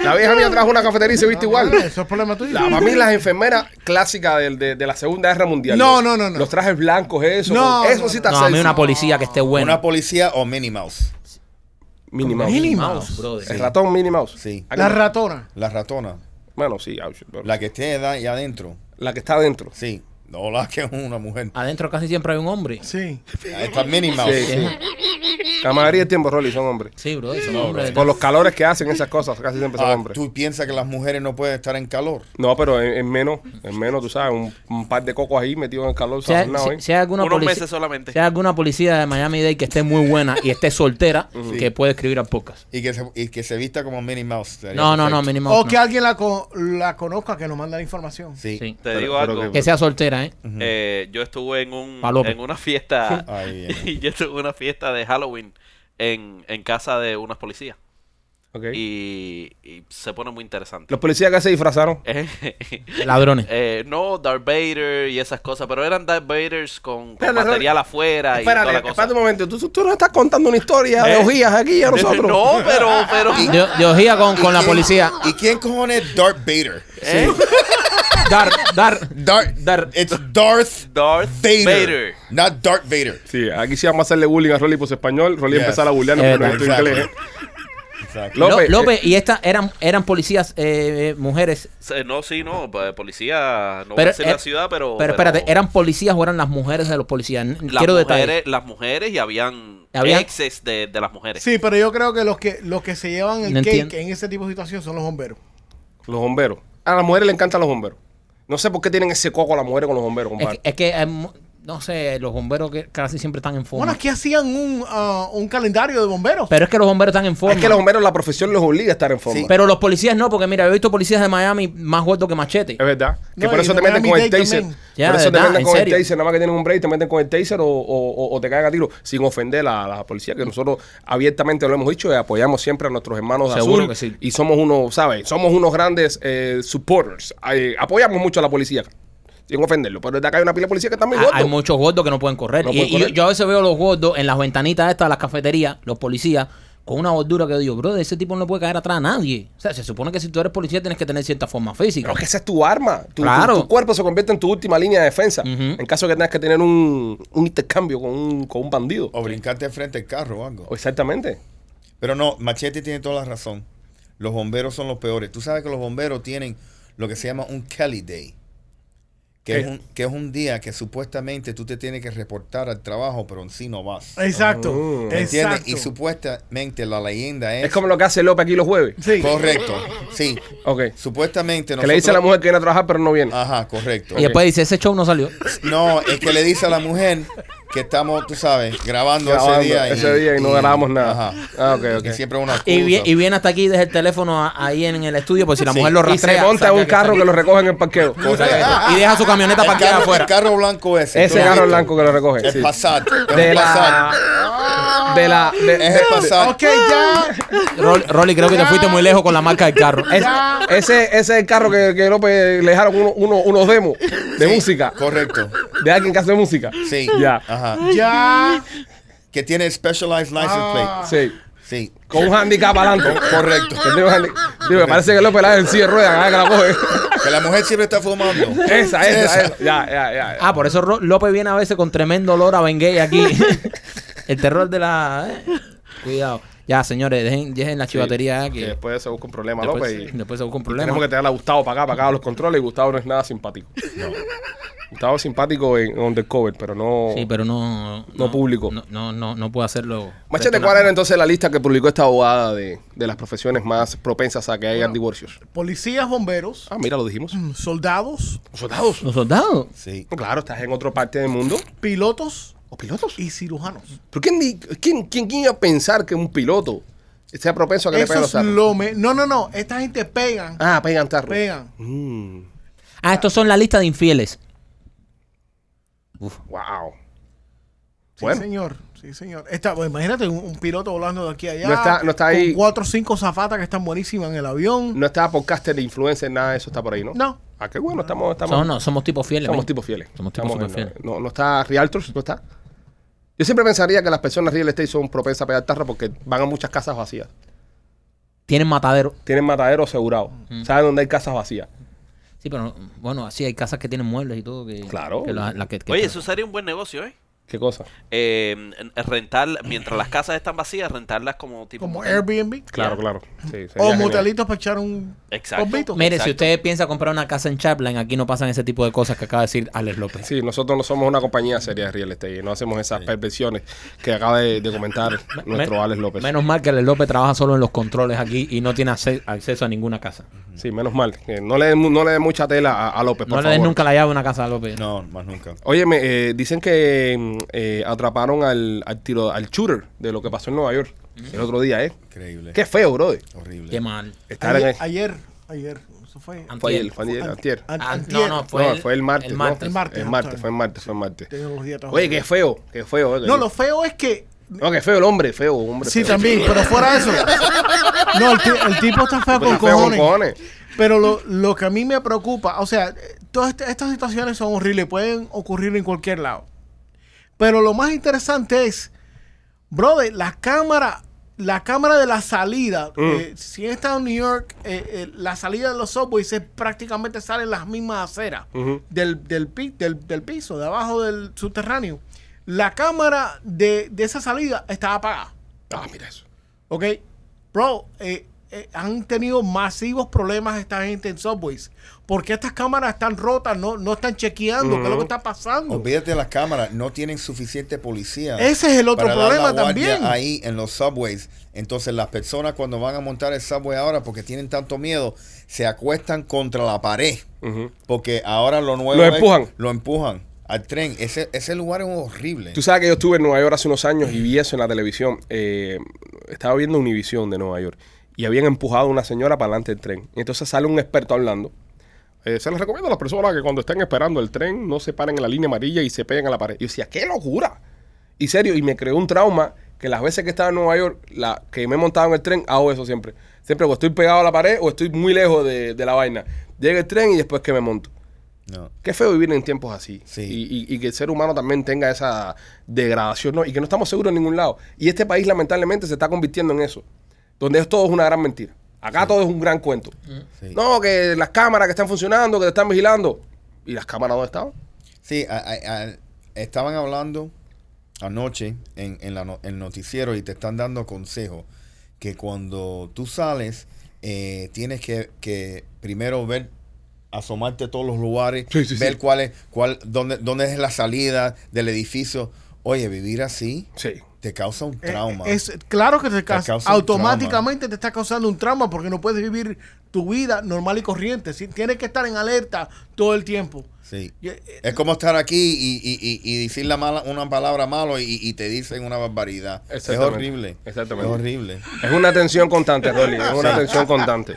A: La vieja mía trabaja en una cafetería y se viste igual.
C: Eso es problema tuyo.
A: La, para mí las enfermeras clásicas del- de, de la Segunda Guerra Mundial.
C: No,
A: Los-
C: no, no, no.
A: Los trajes blancos, eso.
C: No,
A: con- eso
C: no,
A: sí
C: no.
A: está
B: No, a mí
A: sexy.
B: una policía que esté buena.
D: Una policía o Minnie Mouse.
A: Minnie Mouse.
C: Minnie
B: Mouse, brother.
A: El ratón Minnie Mouse.
D: Sí.
C: La ratona.
D: La ratona.
A: Bueno, sí. ouch, bro. La,
D: La que esté da- ahí adentro.
A: que está adentro.
D: Sí. No, la que es una mujer.
B: Adentro casi siempre hay un hombre.
C: Sí.
D: Ahí está Minnie
A: Sí,
D: Mouse.
A: sí. La mayoría del tiempo, Rolly, son hombres.
B: Sí, bro, son hombres.
A: Por los calores que hacen esas cosas, casi siempre son
D: Ah,
A: hombres.
D: ¿Tú piensas que las mujeres no pueden estar en calor?
A: No, pero en, en menos, en menos, tú sabes, un, un par de cocos ahí metidos en el calor.
B: Si hay,
A: sabonado,
B: si-
A: ¿eh?
B: si hay alguna
E: Unos
B: policía,
E: meses solamente.
B: si hay alguna policía de Miami Dade que esté muy buena y esté soltera, que puede escribir al podcast.
D: Y que se, y que se vista como Minnie Mouse. Sería
B: No, no, no,
D: perfecto.
B: mínimo.
C: O
B: no.
C: que alguien la, co- la conozca, que nos manda la información.
D: Sí.
B: Sí.
E: Te
A: Pero-
E: digo
A: pero
E: algo.
A: que-
B: Que sea soltera, ¿eh?
E: Eh, yo estuve en un
B: Palomo.
E: en una fiesta
D: Ahí viene.
E: y yo estuve en una fiesta de Halloween en, en casa de unas policías
A: Ok.
E: y, y se pone muy interesante.
A: Los policías que se disfrazaron.
B: Ladrones.
E: Eh, no Darth Vader y esas cosas, pero eran Darth Vaders con, con
A: Espérate,
E: material afuera y toda la
A: Espérate,
E: cosa.
A: espérate un momento. ¿Tú, tú no estás contando una historia de
E: ¿Eh?
A: ojías aquí a nosotros.
E: No, pero pero
B: De, de ojía con, con la
D: ¿Y quién-
B: policía.
D: ¿Y quién cojones es Darth Vader?
E: ¿eh?
B: Dar, dar.
D: Darth,
B: Darth.
D: It's Darth
E: Darth
D: Vader.
E: Vader.
D: Not Darth Vader.
A: Sí, aquí sí vamos a hacerle bullying a Rolly por su español. Rolly
D: Yes.
A: empezar a bullearnos
B: Eh,
A: por nuestro
D: exactly.
A: inglés. ¿eh?
D: Exacto.
B: Lo-
A: López,
B: López, eh, y estas eran, eran policías eh, eh, mujeres.
E: Se- No, sí, no, pa- policía, no voy a
B: Pero,
E: decir la
B: eh,
E: ciudad, pero...
B: Pero espérate, ¿eran policías o eran las mujeres de los policías? N-
E: las
B: Quiero
E: mujeres,
B: detalles.
E: Las mujeres y habían,
B: Habían-
E: exes de, de las mujeres.
C: Sí, pero yo creo que los que los que se llevan el
B: No
C: cake
B: entiendo.
C: en ese tipo de situación son los bomberos.
A: Los bomberos. A las mujeres les encantan los bomberos. No sé por qué tienen ese coco a las mujeres con los bomberos,
B: Es
A: compadre.
B: que, es que, eh, mu- no sé, los bomberos que casi siempre están en forma.
C: Bueno, aquí hacían un, ah, un calendario de bomberos.
B: Pero es que los bomberos están en
A: Es
B: forma.
A: que los bomberos, la profesión los obliga a estar en forma.
D: Sí.
B: Pero los policías no, porque mira, yo he visto policías de Miami más gordos que machete.
A: Es verdad. Que
C: No,
A: por
C: y
A: eso
C: de
A: te meten con el
C: Miami-Dade
A: taser.
C: también.
B: Ya,
A: por eso
B: de
A: te
B: verdad,
A: meten
B: en
A: con el
B: serio.
A: taser. Nada más que tienen un break, te meten con el taser o, o- o- o te caen a tiro. Sin ofender a la policía, que nosotros abiertamente lo hemos dicho y apoyamos siempre a nuestros hermanos de
B: Seguro
A: azul.
B: que sí.
A: Y somos unos, ¿sabes? Somos unos grandes eh, supporters. Eh, apoyamos mucho a la policía. Sin ofenderlo. Pero desde acá hay una pila de policía que están muy
B: Ah,
A: gordos.
B: Hay muchos gordos que no pueden correr.
A: No
B: y
A: pueden
B: y
A: correr.
B: yo, yo a veces veo los gordos en las ventanitas estas de las cafeterías, los policías, con una gordura que yo digo, bro, ese tipo no le puede caer atrás a nadie. O sea, se supone que si tú eres policía tienes que tener cierta forma física.
A: Pero es que esa es tu arma. Tu, tu-
B: Claro.
A: tu, cuerpo se convierte en tu última línea de defensa.
B: Ujú.
A: En caso de que tengas que tener un, un intercambio con un, con un bandido.
D: O brincarte frente al carro o algo.
A: Exactamente.
D: Pero no, Machete tiene toda la razón. Los bomberos son los peores. Tú sabes que los bomberos tienen lo que se llama un Kelly Day. Que es,
A: ¿Qué?
D: un, que es un día que supuestamente tú te tienes que reportar al trabajo, pero en sí no vas.
C: Exacto.
A: Oh.
D: ¿Entiendes?
C: Eh, Exacto.
D: Y supuestamente la leyenda es...
A: Es como lo que hace López aquí los jueves.
C: Sí.
D: Correcto, sí.
A: Ok.
D: Supuestamente
A: Que le dice a la mujer que viene a
B: Ah,
A: trabajar, pero no viene.
D: Ajá, correcto.
B: Y después dice, ese show no salió.
D: No, es que le dice a la mujer que estamos, tú sabes, grabando,
A: Grabando
D: ese día.
A: ese día y no grabamos nada.
D: Ajá.
A: Ah, ok, ok.
D: Que siempre es una
B: Y, vi-
D: excusa.
B: y viene hasta aquí, deja el teléfono a- ahí en el estudio, por si la
D: Sí.
B: mujer lo
A: Y
B: rastrea.
A: se monta
B: sabe
A: un
B: que
A: carro
B: está
A: que lo recoge en el parqueo.
D: Correcto.
B: aquí. Y deja su camioneta
D: El
B: parqueada
D: carro, el
B: afuera.
D: carro blanco ese. ¿tú
A: Ese
D: lo has
A: carro
D: visto?
A: blanco que lo recoge.
D: El
A: sí.
D: Passat. Es un
A: De la.
D: Passat.
A: De la. de-
D: Es el Passat.
C: Ok, ya.
B: Rol- Rolly, creo que te fuiste muy lejos con la marca del carro.
A: es- ese, ese es el carro que, que López le dejaron uno- uno- unos demos de
D: Sí,
A: música.
D: Correcto.
A: De alguien que hace música.
D: Sí.
A: Ya.
B: Ah.
D: Ajá.
C: Ya.
D: Que tiene specialized license
C: Ah.
D: plate.
A: Sí.
D: Sí.
A: Con un handicap adelante.
D: Correcto.
A: Que tiene un handi- Digo, me parece que López la en silla de ruedas, cada vez que la coge.
D: Que la mujer siempre está fumando.
A: Esa, esa,
D: Esa.
A: esa. Ya, ya, ya.
B: Ah, por eso Ro- López viene a veces con tremendo olor a Bengay aquí. el terror de la. eh. Cuidado. Ya, señores, dejen, dejen la chivatería eh, que
A: Que después se busca un problema,
B: después,
A: López. y-
B: después se busca un
A: Tenemos
B: problema.
A: que tener a Gustavo para acá, para acá los controles. Y Gustavo no es nada simpático. Gustavo es simpático en undercover, pero no.
B: Sí, pero no.
A: No público.
B: No, no, no, no puedo hacerlo.
A: Machete, ¿cuál era entonces la lista que publicó esta abogada de, de las profesiones más propensas a que hayan divorcios?
C: Policías, bomberos,
A: Ah, mira, lo dijimos.
C: soldados,
A: ¿Soldados?
B: ¿Los soldados?
D: Sí.
A: Claro, estás en otra parte del mundo.
C: pilotos
A: ¿O pilotos?
C: y cirujanos.
A: ¿Por qué ni- quién, quién, quién iba a pensar que un piloto sea propenso a que le
C: Eso
A: peguen los
C: es
A: tarros?
C: lo me... No, no, no. Esta gente pegan.
A: Ah, pegan tarros.
C: Pegan.
A: Mm,
B: Ah, estos son la lista de infieles.
A: wow.
C: Sí,
A: Bueno.
C: señor. Sí, señor. Esta, pues, imagínate un, un piloto volando de aquí a allá.
A: No está- no está
C: con
A: ahí.
C: cuatro o cinco zafatas que están buenísimas en el avión.
A: No estaba podcaster de influencer, nada de eso está por ahí, ¿no?
C: No.
A: Ah, qué bueno, estamos, estamos,
B: Somos, no, somos tipos fieles.
A: somos
B: men.
A: tipos fieles.
B: Somos tipos
A: Estamos
B: superfieles.
A: en- No, no está Realtors, no está. Yo siempre pensaría que las personas real estate son propensas a pegar tarros porque van a muchas casas vacías.
B: Tienen matadero.
A: Tienen matadero asegurado. Saben dónde hay casas vacías.
B: Sí, pero no- bueno, así hay casas que tienen muebles y todo. Que,
A: Claro.
B: que la- la que- que-
E: Oye, eso sería un buen negocio, ¿eh?
A: ¿Qué cosa?
E: Eh, rentar, mientras las casas están vacías, rentarlas como tipo.
C: Como
E: motel.
C: Airbnb.
A: Claro, claro. Sí, sería
C: O
A: genial.
C: motelitos para echar un
E: Exacto.
C: bombito.
B: Mire, si
E: Exacto.
B: usted piensa comprar una casa en Chaplin, aquí no pasan ese tipo de cosas que acaba de decir Alex López.
A: Sí, nosotros no somos una compañía seria de real estate. No hacemos esas perversiones que acaba de, de comentar nuestro
B: Men-
A: Alex López.
B: Menos mal que Alex López trabaja solo en los controles aquí y no tiene ace- acceso a ninguna casa.
A: Sí, menos mal. Que no le den mu- no le den mucha tela a, a López, por
B: no le des
A: favor.
B: nunca la llave a una casa a López.
D: No, más nunca.
A: Óyeme, eh, dicen que mm, eh, atraparon al, al tiro, al shooter de lo que pasó en Nueva York el otro día, ¿eh?
D: Increíble.
A: Qué feo, brother.
B: Qué
D: Horrible.
B: mal.
A: Estar en
C: Ayer,
A: el-
C: ayer, ayer. Eso fue.
B: Antier.
A: fue ayer, fue ayer, antier.
C: an-
B: Ah,
C: antier.
B: no, no,
A: No,
B: fue, el,
A: martes,
B: el
A: ¿no?
B: martes.
A: El martes,
C: El martes,
A: fue el martes, fue el martes.
C: Tengo los días
A: Oye, qué
C: trabajando.
A: feo, qué feo. eh,
C: No,
A: que-
C: lo feo es que.
A: No, qué feo el hombre, feo, hombre.
C: Sí,
A: feo.
C: también, pero fuera eso. No, el, ti- el tipo está feo
A: Pero
C: con
A: está feo
C: cojones. Pero lo, lo que a mí me preocupa, o sea, eh, todas este- estas situaciones son horribles, pueden ocurrir en cualquier lado. Pero lo más interesante es, brother, la cámara, la cámara de la salida, eh, si he estado en New York, eh, eh, la salida de los subways es, prácticamente salen las mismas aceras
A: Ujú.
C: del, del, pi- del, del piso, de abajo del subterráneo. La cámara de, de esa salida está apagada.
A: Ah, mira eso.
C: Ok, bro, eh, eh, han tenido masivos problemas esta gente en subways. Porque estas cámaras están rotas, no, no están chequeando qué es lo que está pasando.
D: Olvídate de las cámaras, no tienen suficiente policía.
C: Ese es el otro
D: para dar la
C: problema
D: guardia
C: también.
D: Ahí en los subways. Entonces, las personas cuando van a montar el subway ahora, porque tienen tanto miedo, se acuestan contra la pared.
A: Ujú.
D: Porque ahora lo nuevo.
A: Lo
D: es-
A: empujan.
D: lo empujan al tren. Ese, ese lugar es horrible.
A: Tú sabes que yo estuve en Nueva York hace unos años y vi eso en la televisión. Eh, estaba viendo Univisión de Nueva York y habían empujado a una señora para adelante del tren. Y entonces sale un experto hablando. Eh, se les recomiendo a las personas que cuando estén esperando el tren no se paren en la línea amarilla y se peguen a la pared. Y yo decía, ¡qué locura! Y serio, y me creó un trauma que las veces que estaba en Nueva York, la, que me he montado en el tren, hago eso siempre. Siempre o estoy pegado a la pared o estoy muy lejos de, de la vaina. Llega el tren y después que me monto.
D: No.
A: Qué feo vivir en tiempos así.
D: Sí.
A: Y, y- y que el ser humano también tenga esa degradación, ¿no? Y que no estamos seguros en ningún lado. Y este país, lamentablemente, se está convirtiendo en eso. Donde es todo es una gran mentira. Acá todo es un gran cuento.
D: Sí.
A: No, que las cámaras que están funcionando, que te están vigilando. ¿Y las cámaras dónde estaban?
D: Sí, a- a- a- estaban hablando anoche en, en la no- el noticiero y te están dando consejo que cuando tú sales eh, tienes que, que primero ver asomarte a todos los lugares,
A: Sí, sí,
D: ver
A: sí.
D: cuál es cuál dónde dónde es la salida del edificio. Oye, vivir así
A: Sí.
D: te causa un
C: Eh,
D: trauma.
C: Es, claro que te, ca-
D: causa un trauma.
C: automáticamente te está causando un trauma porque no puedes vivir tu vida normal y corriente. ¿sí? Tienes que estar en alerta todo el tiempo.
D: Sí.
C: Y- eh,
D: Es como estar aquí y, y- y- y decir la mala, una palabra malo y, y te dicen una barbaridad. Es
A: Exactamente.
D: horrible.
A: Exactamente.
D: Es horrible.
A: Es una tensión constante, Rolly. Es una tensión constante.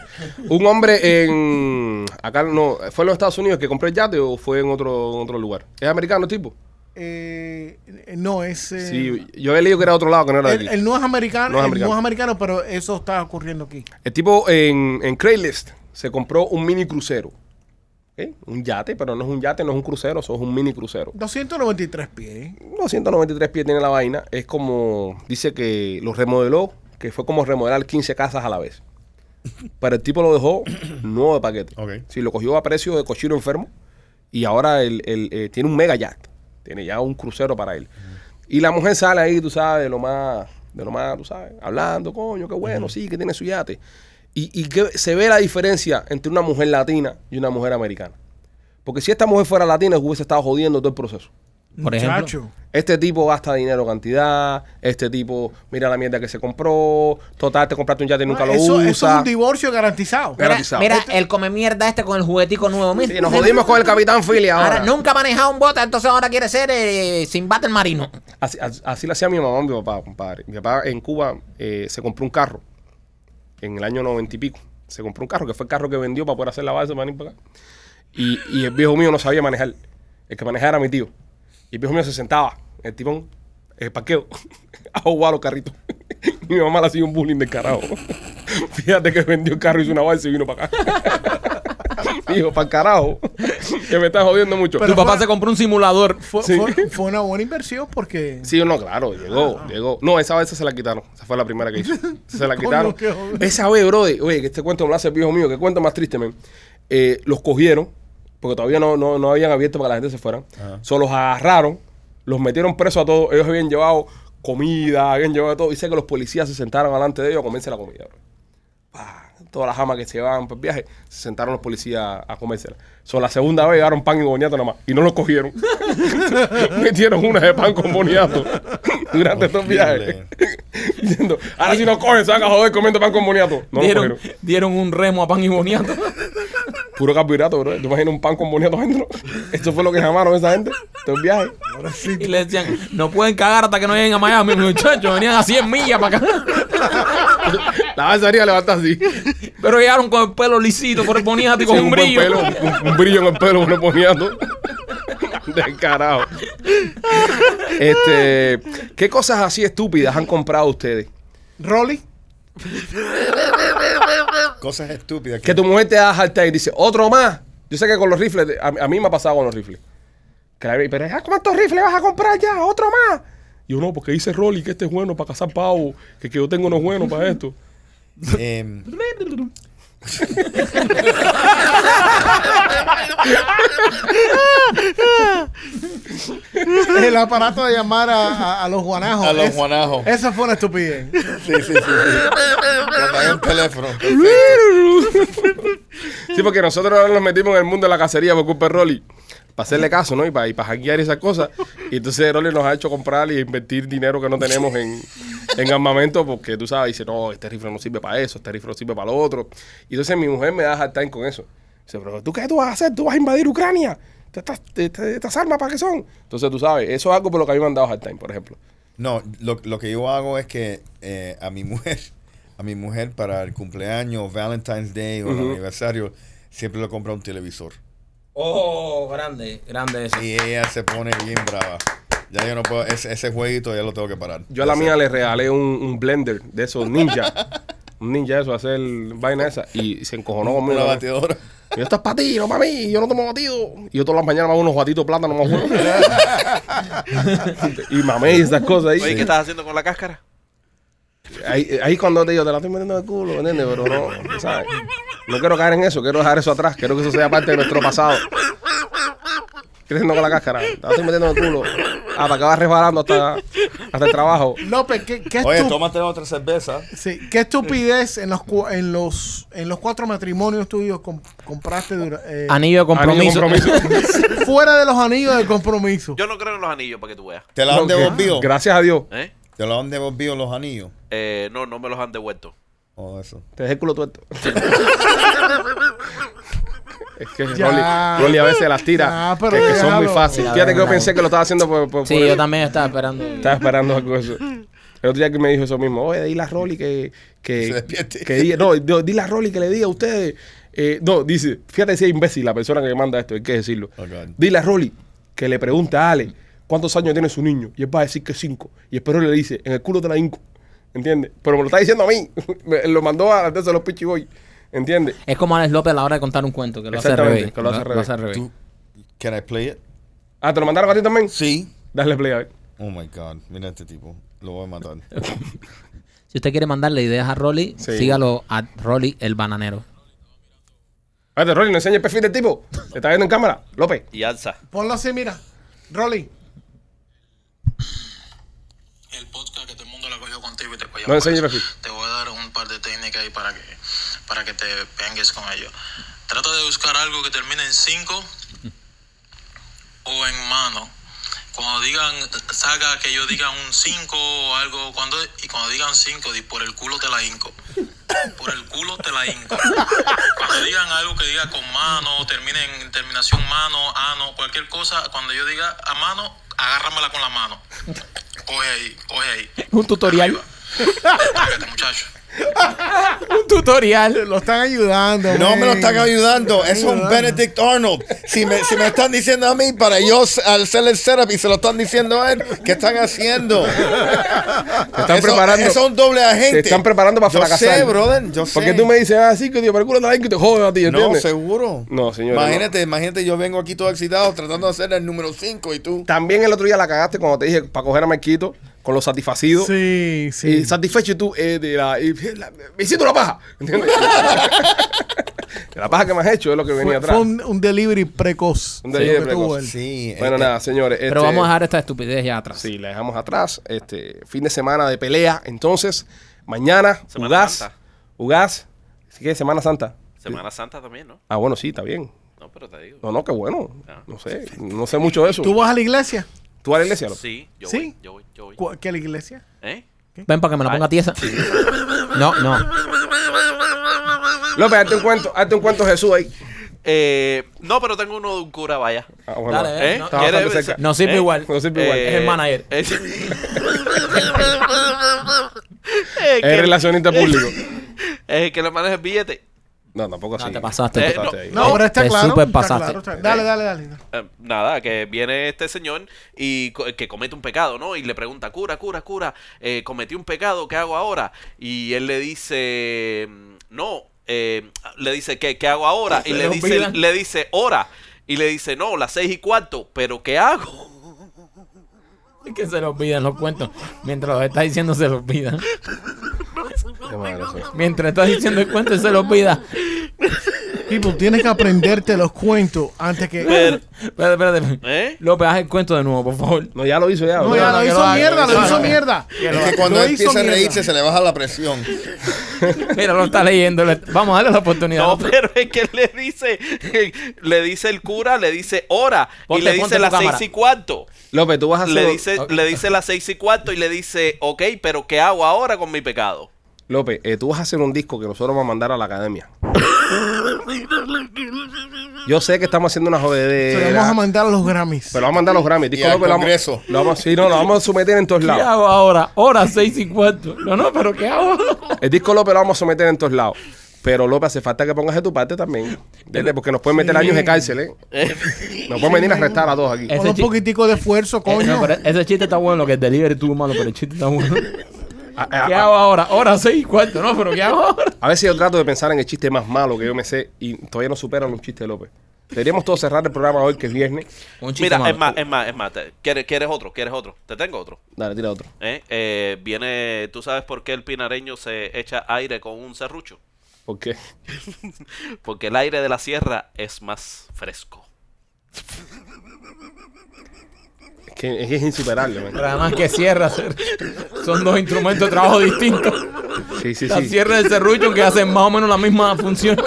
A: Un hombre en. Acá no. ¿Fue en los Estados Unidos que compró el yate o fue en otro, en otro lugar? ¿Es americano el tipo?
C: eh, no, es... eh,
A: Sí, yo había leído que era de otro lado, que no era de
C: él,
A: aquí.
C: él no es americano,
A: No es
C: él
A: americano.
C: no es americano, pero eso está ocurriendo aquí.
A: El tipo en, en Craigslist se compró un mini crucero. ¿ok? Un yate, pero no es un yate, no es un crucero, eso es un mini crucero.
C: 293 pies.
A: 293 pies tiene la vaina. Es como, dice que lo remodeló, que fue como remodelar 15 casas a la vez. Pero el tipo lo dejó nuevo de paquete.
D: Ok.
A: Sí, lo cogió a precio de cochino enfermo. Y ahora el, el, eh, tiene un mega yacht. Tiene ya un crucero para él. Y la mujer sale ahí, tú sabes, de lo más, de lo más, tú sabes, hablando, coño, qué bueno, sí, que tiene su yate. Y, y que se ve la diferencia entre una mujer latina y una mujer americana. Porque si esta mujer fuera latina, hubiese estado jodiendo todo el proceso.
B: Por ejemplo.
C: Muchacho.
A: Este tipo gasta dinero cantidad, este tipo mira la mierda que se compró, total te compraste un yate y nunca
C: No,
A: lo
C: Ah, eso,
A: usa.
C: eso es un divorcio garantizado.
A: Mira,
B: Mira,
A: Garantizado.
B: mira el come mierda este con el juguetico nuevo. Mira,
A: Sí, nos jodimos con el Capitán Philly ahora.
B: Ahora, nunca ha manejado un bote, entonces ahora quiere ser eh, Sinbad el marino.
A: Así, as- así lo hacía mi mamá, mi papá, compadre. Mi papá en Cuba eh, se compró un carro en el año noventa y pico. Se compró un carro que fue el carro que vendió para poder hacer la base para venir para acá. Y, y el viejo mío no sabía manejar. El que manejaba era mi tío. Y el viejo mío se sentaba en el tipón, en el parqueo, a jugar los carritos. Y mi mamá le hacía un bullying del carajo. Fíjate que vendió el carro, hizo una balsa y vino para acá. Dijo, para el carajo, que me está jodiendo mucho.
C: Pero
F: tu papá
C: fue-
F: se compró un simulador.
C: Fue, fue- fue una buena inversión porque...
A: Sí, no, claro,
C: Ah.
A: llegó, llegó. No, esa vez se la quitaron. Esa fue la primera que hizo. Se la
C: Coño,
A: quitaron.
C: qué joder.
A: esa vez, brother, oye, que este cuento me lo hace el viejo mío, que cuento más triste, men. Eh, los cogieron, porque todavía no, no, no habían abierto para que la gente se fuera.
C: Ah.
A: Solo los agarraron, los metieron presos a todos. Ellos habían llevado comida, habían llevado todo. Dice que los policías se sentaron delante de ellos a comerse la comida, bro. Pa, Todas las amas que se llevaban para el viaje, se sentaron los policías a comérsela. Son la segunda vez llegaron pan y boniato nada más. Y no los cogieron. Metieron una de pan con boniato durante estos viajes.
D: Horrible.
A: Diciendo, ahora si nos cogen, se van a joder comiendo pan con boniato. No lo
F: dieron,
A: cogieron.
F: dieron un remo a pan y boniato.
A: Puro carbohidrato, bro. ¿Te imaginas un pan con boniato adentro? Eso fue lo que llamaron esa gente. Estos viajes.
F: y le decían, no pueden cagar hasta que no lleguen a Miami, muchachos. Venían a 100 millas para acá.
A: La avanzaría levanta así.
F: Pero llegaron con el pelo lisito por el boniato y con
A: Sí,
F: un
A: buen
F: brillo.
A: pelo, un, un brillo en el pelo, uno poniendo. Descarado. Este, ¿qué cosas así estúpidas han comprado ustedes?
C: Rolly,
D: Cosas estúpidas.
A: Que tu mujer te da hashtag y dice, otro más. Yo sé que con los rifles, a, a mí me ha pasado con los rifles. Que la- pero "Ah, ¿cuántos rifles vas a comprar ya? Otro más. Y yo no, porque dice Rolly que este es bueno para cazar pavo, que, que yo tengo unos buenos para esto.
D: em,
C: el aparato de llamar a, a- a los guanajos.
D: a los
C: Es-
D: guanajos.
C: Esa fue una estupidez.
D: Sí, sí, sí. sí. Cuando hay un teléfono.
A: Sí, porque nosotros ahora nos metimos en el mundo de la cacería por culpa de Rolly. Para hacerle caso, ¿no? Y para, y para hackear y esas cosas. Y entonces Rolly nos ha hecho comprar y invertir dinero que no tenemos en, en armamento porque tú sabes, dice, no, este rifle no sirve para eso, este rifle no sirve para lo otro. Y entonces mi mujer me da hard time con eso. Dice, pero ¿tú qué tú vas a hacer? ¿Tú vas a invadir Ucrania? ¿Estas, estas, estas armas para qué son? Entonces tú sabes, eso es algo por lo que a mí me han dado hard time, por ejemplo.
D: No, lo, lo que yo hago es que eh, a mi mujer, a mi mujer para el cumpleaños, Valentine's Day o el aniversario, siempre le compro un televisor.
F: Oh, grande, grande eso.
D: Y ella se pone bien brava. Ya yo no puedo, ese, ese jueguito ya lo tengo que parar.
A: Yo a la
D: Ese-
A: mía le regalé un, un blender de esos ninja. Un ninja eso, hacer vaina esa. Y se encojonó conmigo.
D: Una batidora.
A: Y yo, esto es para ti, no para mí. Yo no tomo batido. Y yo todas las mañanas me hago unos batitos de plátano más uno. y mamé y esas cosas ahí.
E: Oye, ¿qué estás haciendo con la cáscara?
A: ahí. ahí cuando te digo, te la estoy metiendo en el culo, ¿me ¿entiendes? Pero no, ¿sabes? No quiero caer en eso, quiero dejar eso atrás. Quiero que eso sea parte de nuestro pasado. Creciendo con la cáscara. Te la estoy metiendo en el culo. Hasta que vas Ah, resbalando hasta, hasta hasta el trabajo.
C: López, ¿qué, qué,
D: Oye,
C: estu-
D: tómate otra cerveza.
C: sí, qué estupidez en los, cu- en, los, en los cuatro matrimonios tuyos com- compraste dura- eh,
B: Anillo de compromiso.
A: Anillo de compromiso.
C: fuera de los anillos de compromiso?
E: Yo no creo en los anillos para que tú veas.
D: ¿Te la han
A: Ok.
D: devolvido?
A: Gracias a Dios.
E: ¿Eh?
D: ¿Te la han devolvido los anillos?
E: Eh, no, no me los han devuelto.
D: O eso.
A: Te dejé el culo tuerto. es que
C: Ya.
A: Rolly, Rolly a veces las tira.
C: Ya, pero
A: que, que son muy
C: déjalo.
A: fáciles.
B: Ya,
A: Fíjate que yo
B: déjalo.
A: pensé que lo estaba haciendo por. por-
B: Sí,
A: por
B: yo
A: él.
B: también estaba esperando.
A: Estaba esperando algo de eso. El otro día que me dijo eso mismo, oye, dile a Rolly que. que
D: Se despierte.
A: que diga- no, yo- dile a Rolly que le diga a ustedes. eh, no, dice, fíjate si es imbécil la persona que me manda esto, hay que decirlo.
D: Oh, God.
A: Dile a Rolly que le pregunte a Ale cuántos años tiene su niño. Y él va a decir que cinco. Y espero le dice, en el culo te la hinco. ¿Entiendes? Pero me lo está diciendo a mí. Me- lo mandó a antes de los Pichiboy. ¿Entiendes?
B: Es como Alex López a la hora de contar un cuento, que lo hace al
A: Exactamente,
B: revés.
A: que lo hace al revés.
D: Tú- Can I play it?
A: Ah, ¿te lo mandaron a ti también?
D: Sí.
A: Dale play a ver.
D: Oh my God, mira este tipo. Lo voy a matar.
B: Si usted quiere mandarle ideas a Rolly,
A: Sí.
B: sígalo a Rolly el bananero.
A: A ver, Rolly, no enseña el perfil del tipo. ¿Te está viendo en cámara? López.
E: Y alza.
C: Ponlo así, mira. Rolly.
G: el podcast que todo el mundo la cogió contigo y te cogió
A: No
G: por
A: enseñe
G: eso.
A: perfil.
G: Te voy a dar un par de técnicas ahí para que, para que te vengues con ello. Trata de buscar algo que termine en 5 o en mano. Cuando digan, saca que yo diga un 5 o algo, cuando, y cuando digan 5, di por el culo te la hinco. Por el culo te la hinco. Cuando digan algo que diga con mano, termine en terminación mano, ano, cualquier cosa, cuando yo diga a mano, agárramela con la mano. Coge ahí, coge ahí.
B: Un tutorial.
G: Cállate, muchacho.
B: Un tutorial.
C: Lo están ayudando.
D: No
C: man.
D: me lo están ayudando. Es un
C: ayudando.
D: Benedict Arnold. Si me, si me están diciendo a mí para yo s- hacer el setup y se lo están diciendo a él, ¿qué están haciendo?
A: Te están preparando.
D: Es un doble agente.
A: Te están preparando para
D: yo
A: fracasar.
D: Sé, brother, yo sé.
A: Porque tú me dices, ah, sí, que Dios, pero el culo te la hinco y te jodas a ti,
D: No,
A: ¿entiendes?
D: seguro.
A: No, señor,
D: Imagínate, imagínate, yo vengo aquí todo excitado tratando de hacer el número 5 y tú.
A: También el otro día la cagaste cuando te dije para coger a Marquito con los satisfacidos.
C: Sí,
A: Y
C: sí.
A: satisfecho y tú, eh, de la, y, la- me hiciste una paja, ¿entiendes? De la paja que me has hecho es lo que venía
C: Fue,
A: atrás.
C: fue un, un delivery precoz.
A: Un delivery
C: Lo que tuvo
A: precoz.
C: él.
D: Sí.
A: Bueno,
D: este,
A: nada, señores.
B: Pero vamos a dejar esta estupidez ya atrás.
A: Sí, la dejamos atrás. Este fin de semana de pelea. Entonces, mañana,
E: Semana
A: Ugaz.
E: Santa.
A: Ugaz. Así que Semana Santa.
E: Semana Santa también, ¿no?
A: Ah, bueno, sí, está bien.
E: No, pero te digo.
A: No, no, qué bueno.
E: Ah.
A: No sé, no sé mucho de eso.
C: ¿Tú vas a la iglesia?
A: ¿Tú a la iglesia? López?
E: Sí, yo
C: ¿Sí?
E: voy, yo voy, yo voy.
C: ¿Cu- ¿Qué la iglesia?
E: ¿Eh?
B: Ven para que me la ponga tiesa. No, no.
A: López, hazte un cuento, hazte un cuento Jesús ahí.
E: Eh, no, pero tengo uno de un cura, vaya.
A: Ah, bueno.
B: Dale,
E: ¿Eh?
B: no,
A: está
E: ¿Quieres-
A: bastante cerca.
B: No sirve
E: ¿Eh?
B: igual.
A: No sirve igual.
B: Es el manager.
E: eh, Eh,
A: Es
E: que-
A: relacionista público.
E: eh, que le maneja el billete.
A: No, tampoco así.
B: No, te pasaste.
E: Eh,
A: Te pasaste ahí.
E: no.
C: No, pero está
B: te
C: claro.
B: super
C: está
B: pasaste.
C: claro, está- Dale, dale, dale.
E: Eh, nada, que viene este señor y co- que comete un pecado, ¿no? Y le pregunta, cura, cura, cura, eh, cometí un pecado, ¿qué hago ahora? Y él le dice, mm, no, eh, le dice, ¿qué, qué hago ahora? Y le
B: lo
E: dice,
B: olvidan.
E: le dice, hora. Y le dice, no, las seis y cuarto, pero ¿qué hago?
B: Que se los olvidan los cuentos. Mientras los está diciendo, se los olvidan.
A: Qué malo, sí.
B: Mientras estás diciendo el cuento, se los olvida.
C: People, tienes que aprenderte los cuentos antes que.
E: Pero,
B: Espérate, espérate.
E: ¿eh?
B: López, haz el cuento de nuevo, por favor.
A: No, ya lo hizo ya.
C: No,
A: bro.
B: no,
C: ya lo
B: que
C: hizo
B: lo haga,
C: mierda,
B: que
C: lo
B: lo
C: hizo
B: haga.
C: mierda.
D: Es que cuando él empieza a reírse se le baja la presión.
B: Mira, lo está leyendo. Le- Vamos a darle la oportunidad.
E: No, pero es que le dice, le dice el cura, le dice hora
B: Ponte,
E: y le
B: ponte
E: dice
B: tu
E: las
B: cámara. Ah,
E: seis y cuarto.
A: López, tú vas a hacer.
E: Le dice,
B: Ok.
E: le dice las seis y cuarto y le dice, ok, pero ¿qué hago ahora con mi pecado?
A: López, eh, tú vas a hacer un disco que nosotros vamos a mandar a la academia. Yo sé que estamos haciendo una
C: Se lo vamos a
A: jodedera.
C: mandar a los Grammys.
A: Pero lo vamos a mandar a los Grammy. Disco
D: Y al
A: López lo vamos-
D: Congreso.
A: Lo vamos, sí, no, lo vamos a someter en todos
B: ¿Qué
A: lados.
B: hago ahora? Hora seis y cuarto. No, no, pero ¿qué hago?
A: El disco López lo vamos a someter en todos lados. Pero López, hace falta que pongas de tu parte también. ¿Entiendes? Porque nos pueden meter años de cárcel, ¿eh? Nos pueden venir a arrestar a dos aquí.
B: Eh,
C: Con un
B: Ese chi-
C: poquitico de esfuerzo,
B: Eh, no,
C: coño.
B: pero ese chiste está bueno, lo que el delivery estuvo malo, pero el chiste está bueno.
A: A- a-
B: ¿Qué hago ahora? Hora seis y cuarto. No, pero ¿qué hago ahora?
A: A veces yo trato de pensar en el chiste más malo que yo me sé y todavía no superan un chiste de López. Deberíamos todos cerrar el programa hoy, que es viernes.
B: Un chiste
E: Mira,
B: malo.
E: es más, es más, es más. te- ¿Quieres, ¿Quieres otro? ¿Quieres otro? Te tengo otro.
A: Dale, tira otro.
E: ¿eh? Eh, viene, ¿tú sabes por qué el pinareño se echa aire con un serrucho?
A: ¿Por qué?
E: Porque el aire de la sierra es más fresco.
A: Es que es, que es insuperable, man.
B: Pero además que cierra. cer- Son dos instrumentos de trabajo distintos.
A: Sí, sí,
B: La
A: sí.
B: sierra y el serrucho que hacen más o menos la misma función.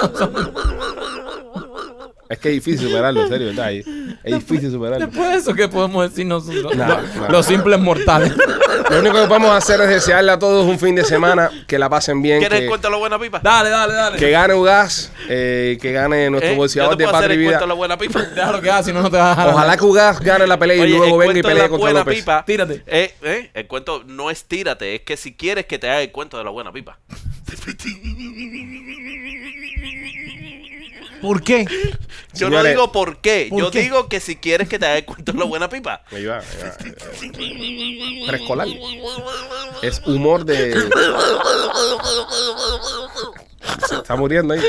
A: Es que es difícil superarlo, en serio, ¿verdad? Es es difícil superarlo.
B: Después de eso, ¿qué podemos decir nosotros?
A: Nada,
B: Los-
A: nada.
B: Los simples mortales.
A: Lo único que podemos hacer es desearle a todos un fin de semana que la pasen bien.
E: ¿Quieres
A: que-
E: el cuento de la buena pipa?
B: Dale, dale, dale.
A: Que gane Ugas, eh, que gane nuestro
E: Eh,
A: bolseador
E: yo te
A: de
E: puedo hacer
A: Patria y
E: el
A: Vida.
E: cuento de la buena pipa.
B: Déjalo que haga, si no, no te vas a dejar.
A: Ojalá que Ugas gane la pues. pelea y
E: Oye,
A: luego
E: el
A: venga y
E: cuento de la
A: pelee contra
E: buena
A: López.
E: pipa.
B: Tírate.
E: Eh, eh, el cuento no es tírate, es que si quieres que te haga el cuento de la buena pipa.
C: ¿Por qué?
E: Yo no
A: Señores,
E: digo por qué,
C: ¿por
E: yo
C: qué?
E: digo que si quieres que te haga el cuento de la buena pipa.
A: Ahí va, ahí va. eh, Preescolar. Es humor de. Se está muriendo ahí.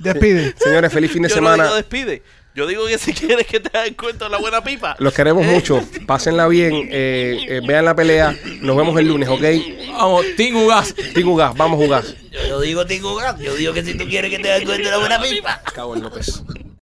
C: Despide.
A: Señores, feliz fin de
E: yo
A: semana.
E: no digo despide, yo digo que si quieres que te haga el cuento de la buena pipa.
A: Los queremos mucho. Pásenla bien. eh, eh, vean la pelea. Nos vemos el lunes, ¿ok?
B: Vamos, Tingo Gas.
A: Tico Ugas, vamos a jugar.
H: Yo digo, tengo yo digo que si tú quieres que te haga cuenta de la buena pipa.
A: Cabo en López.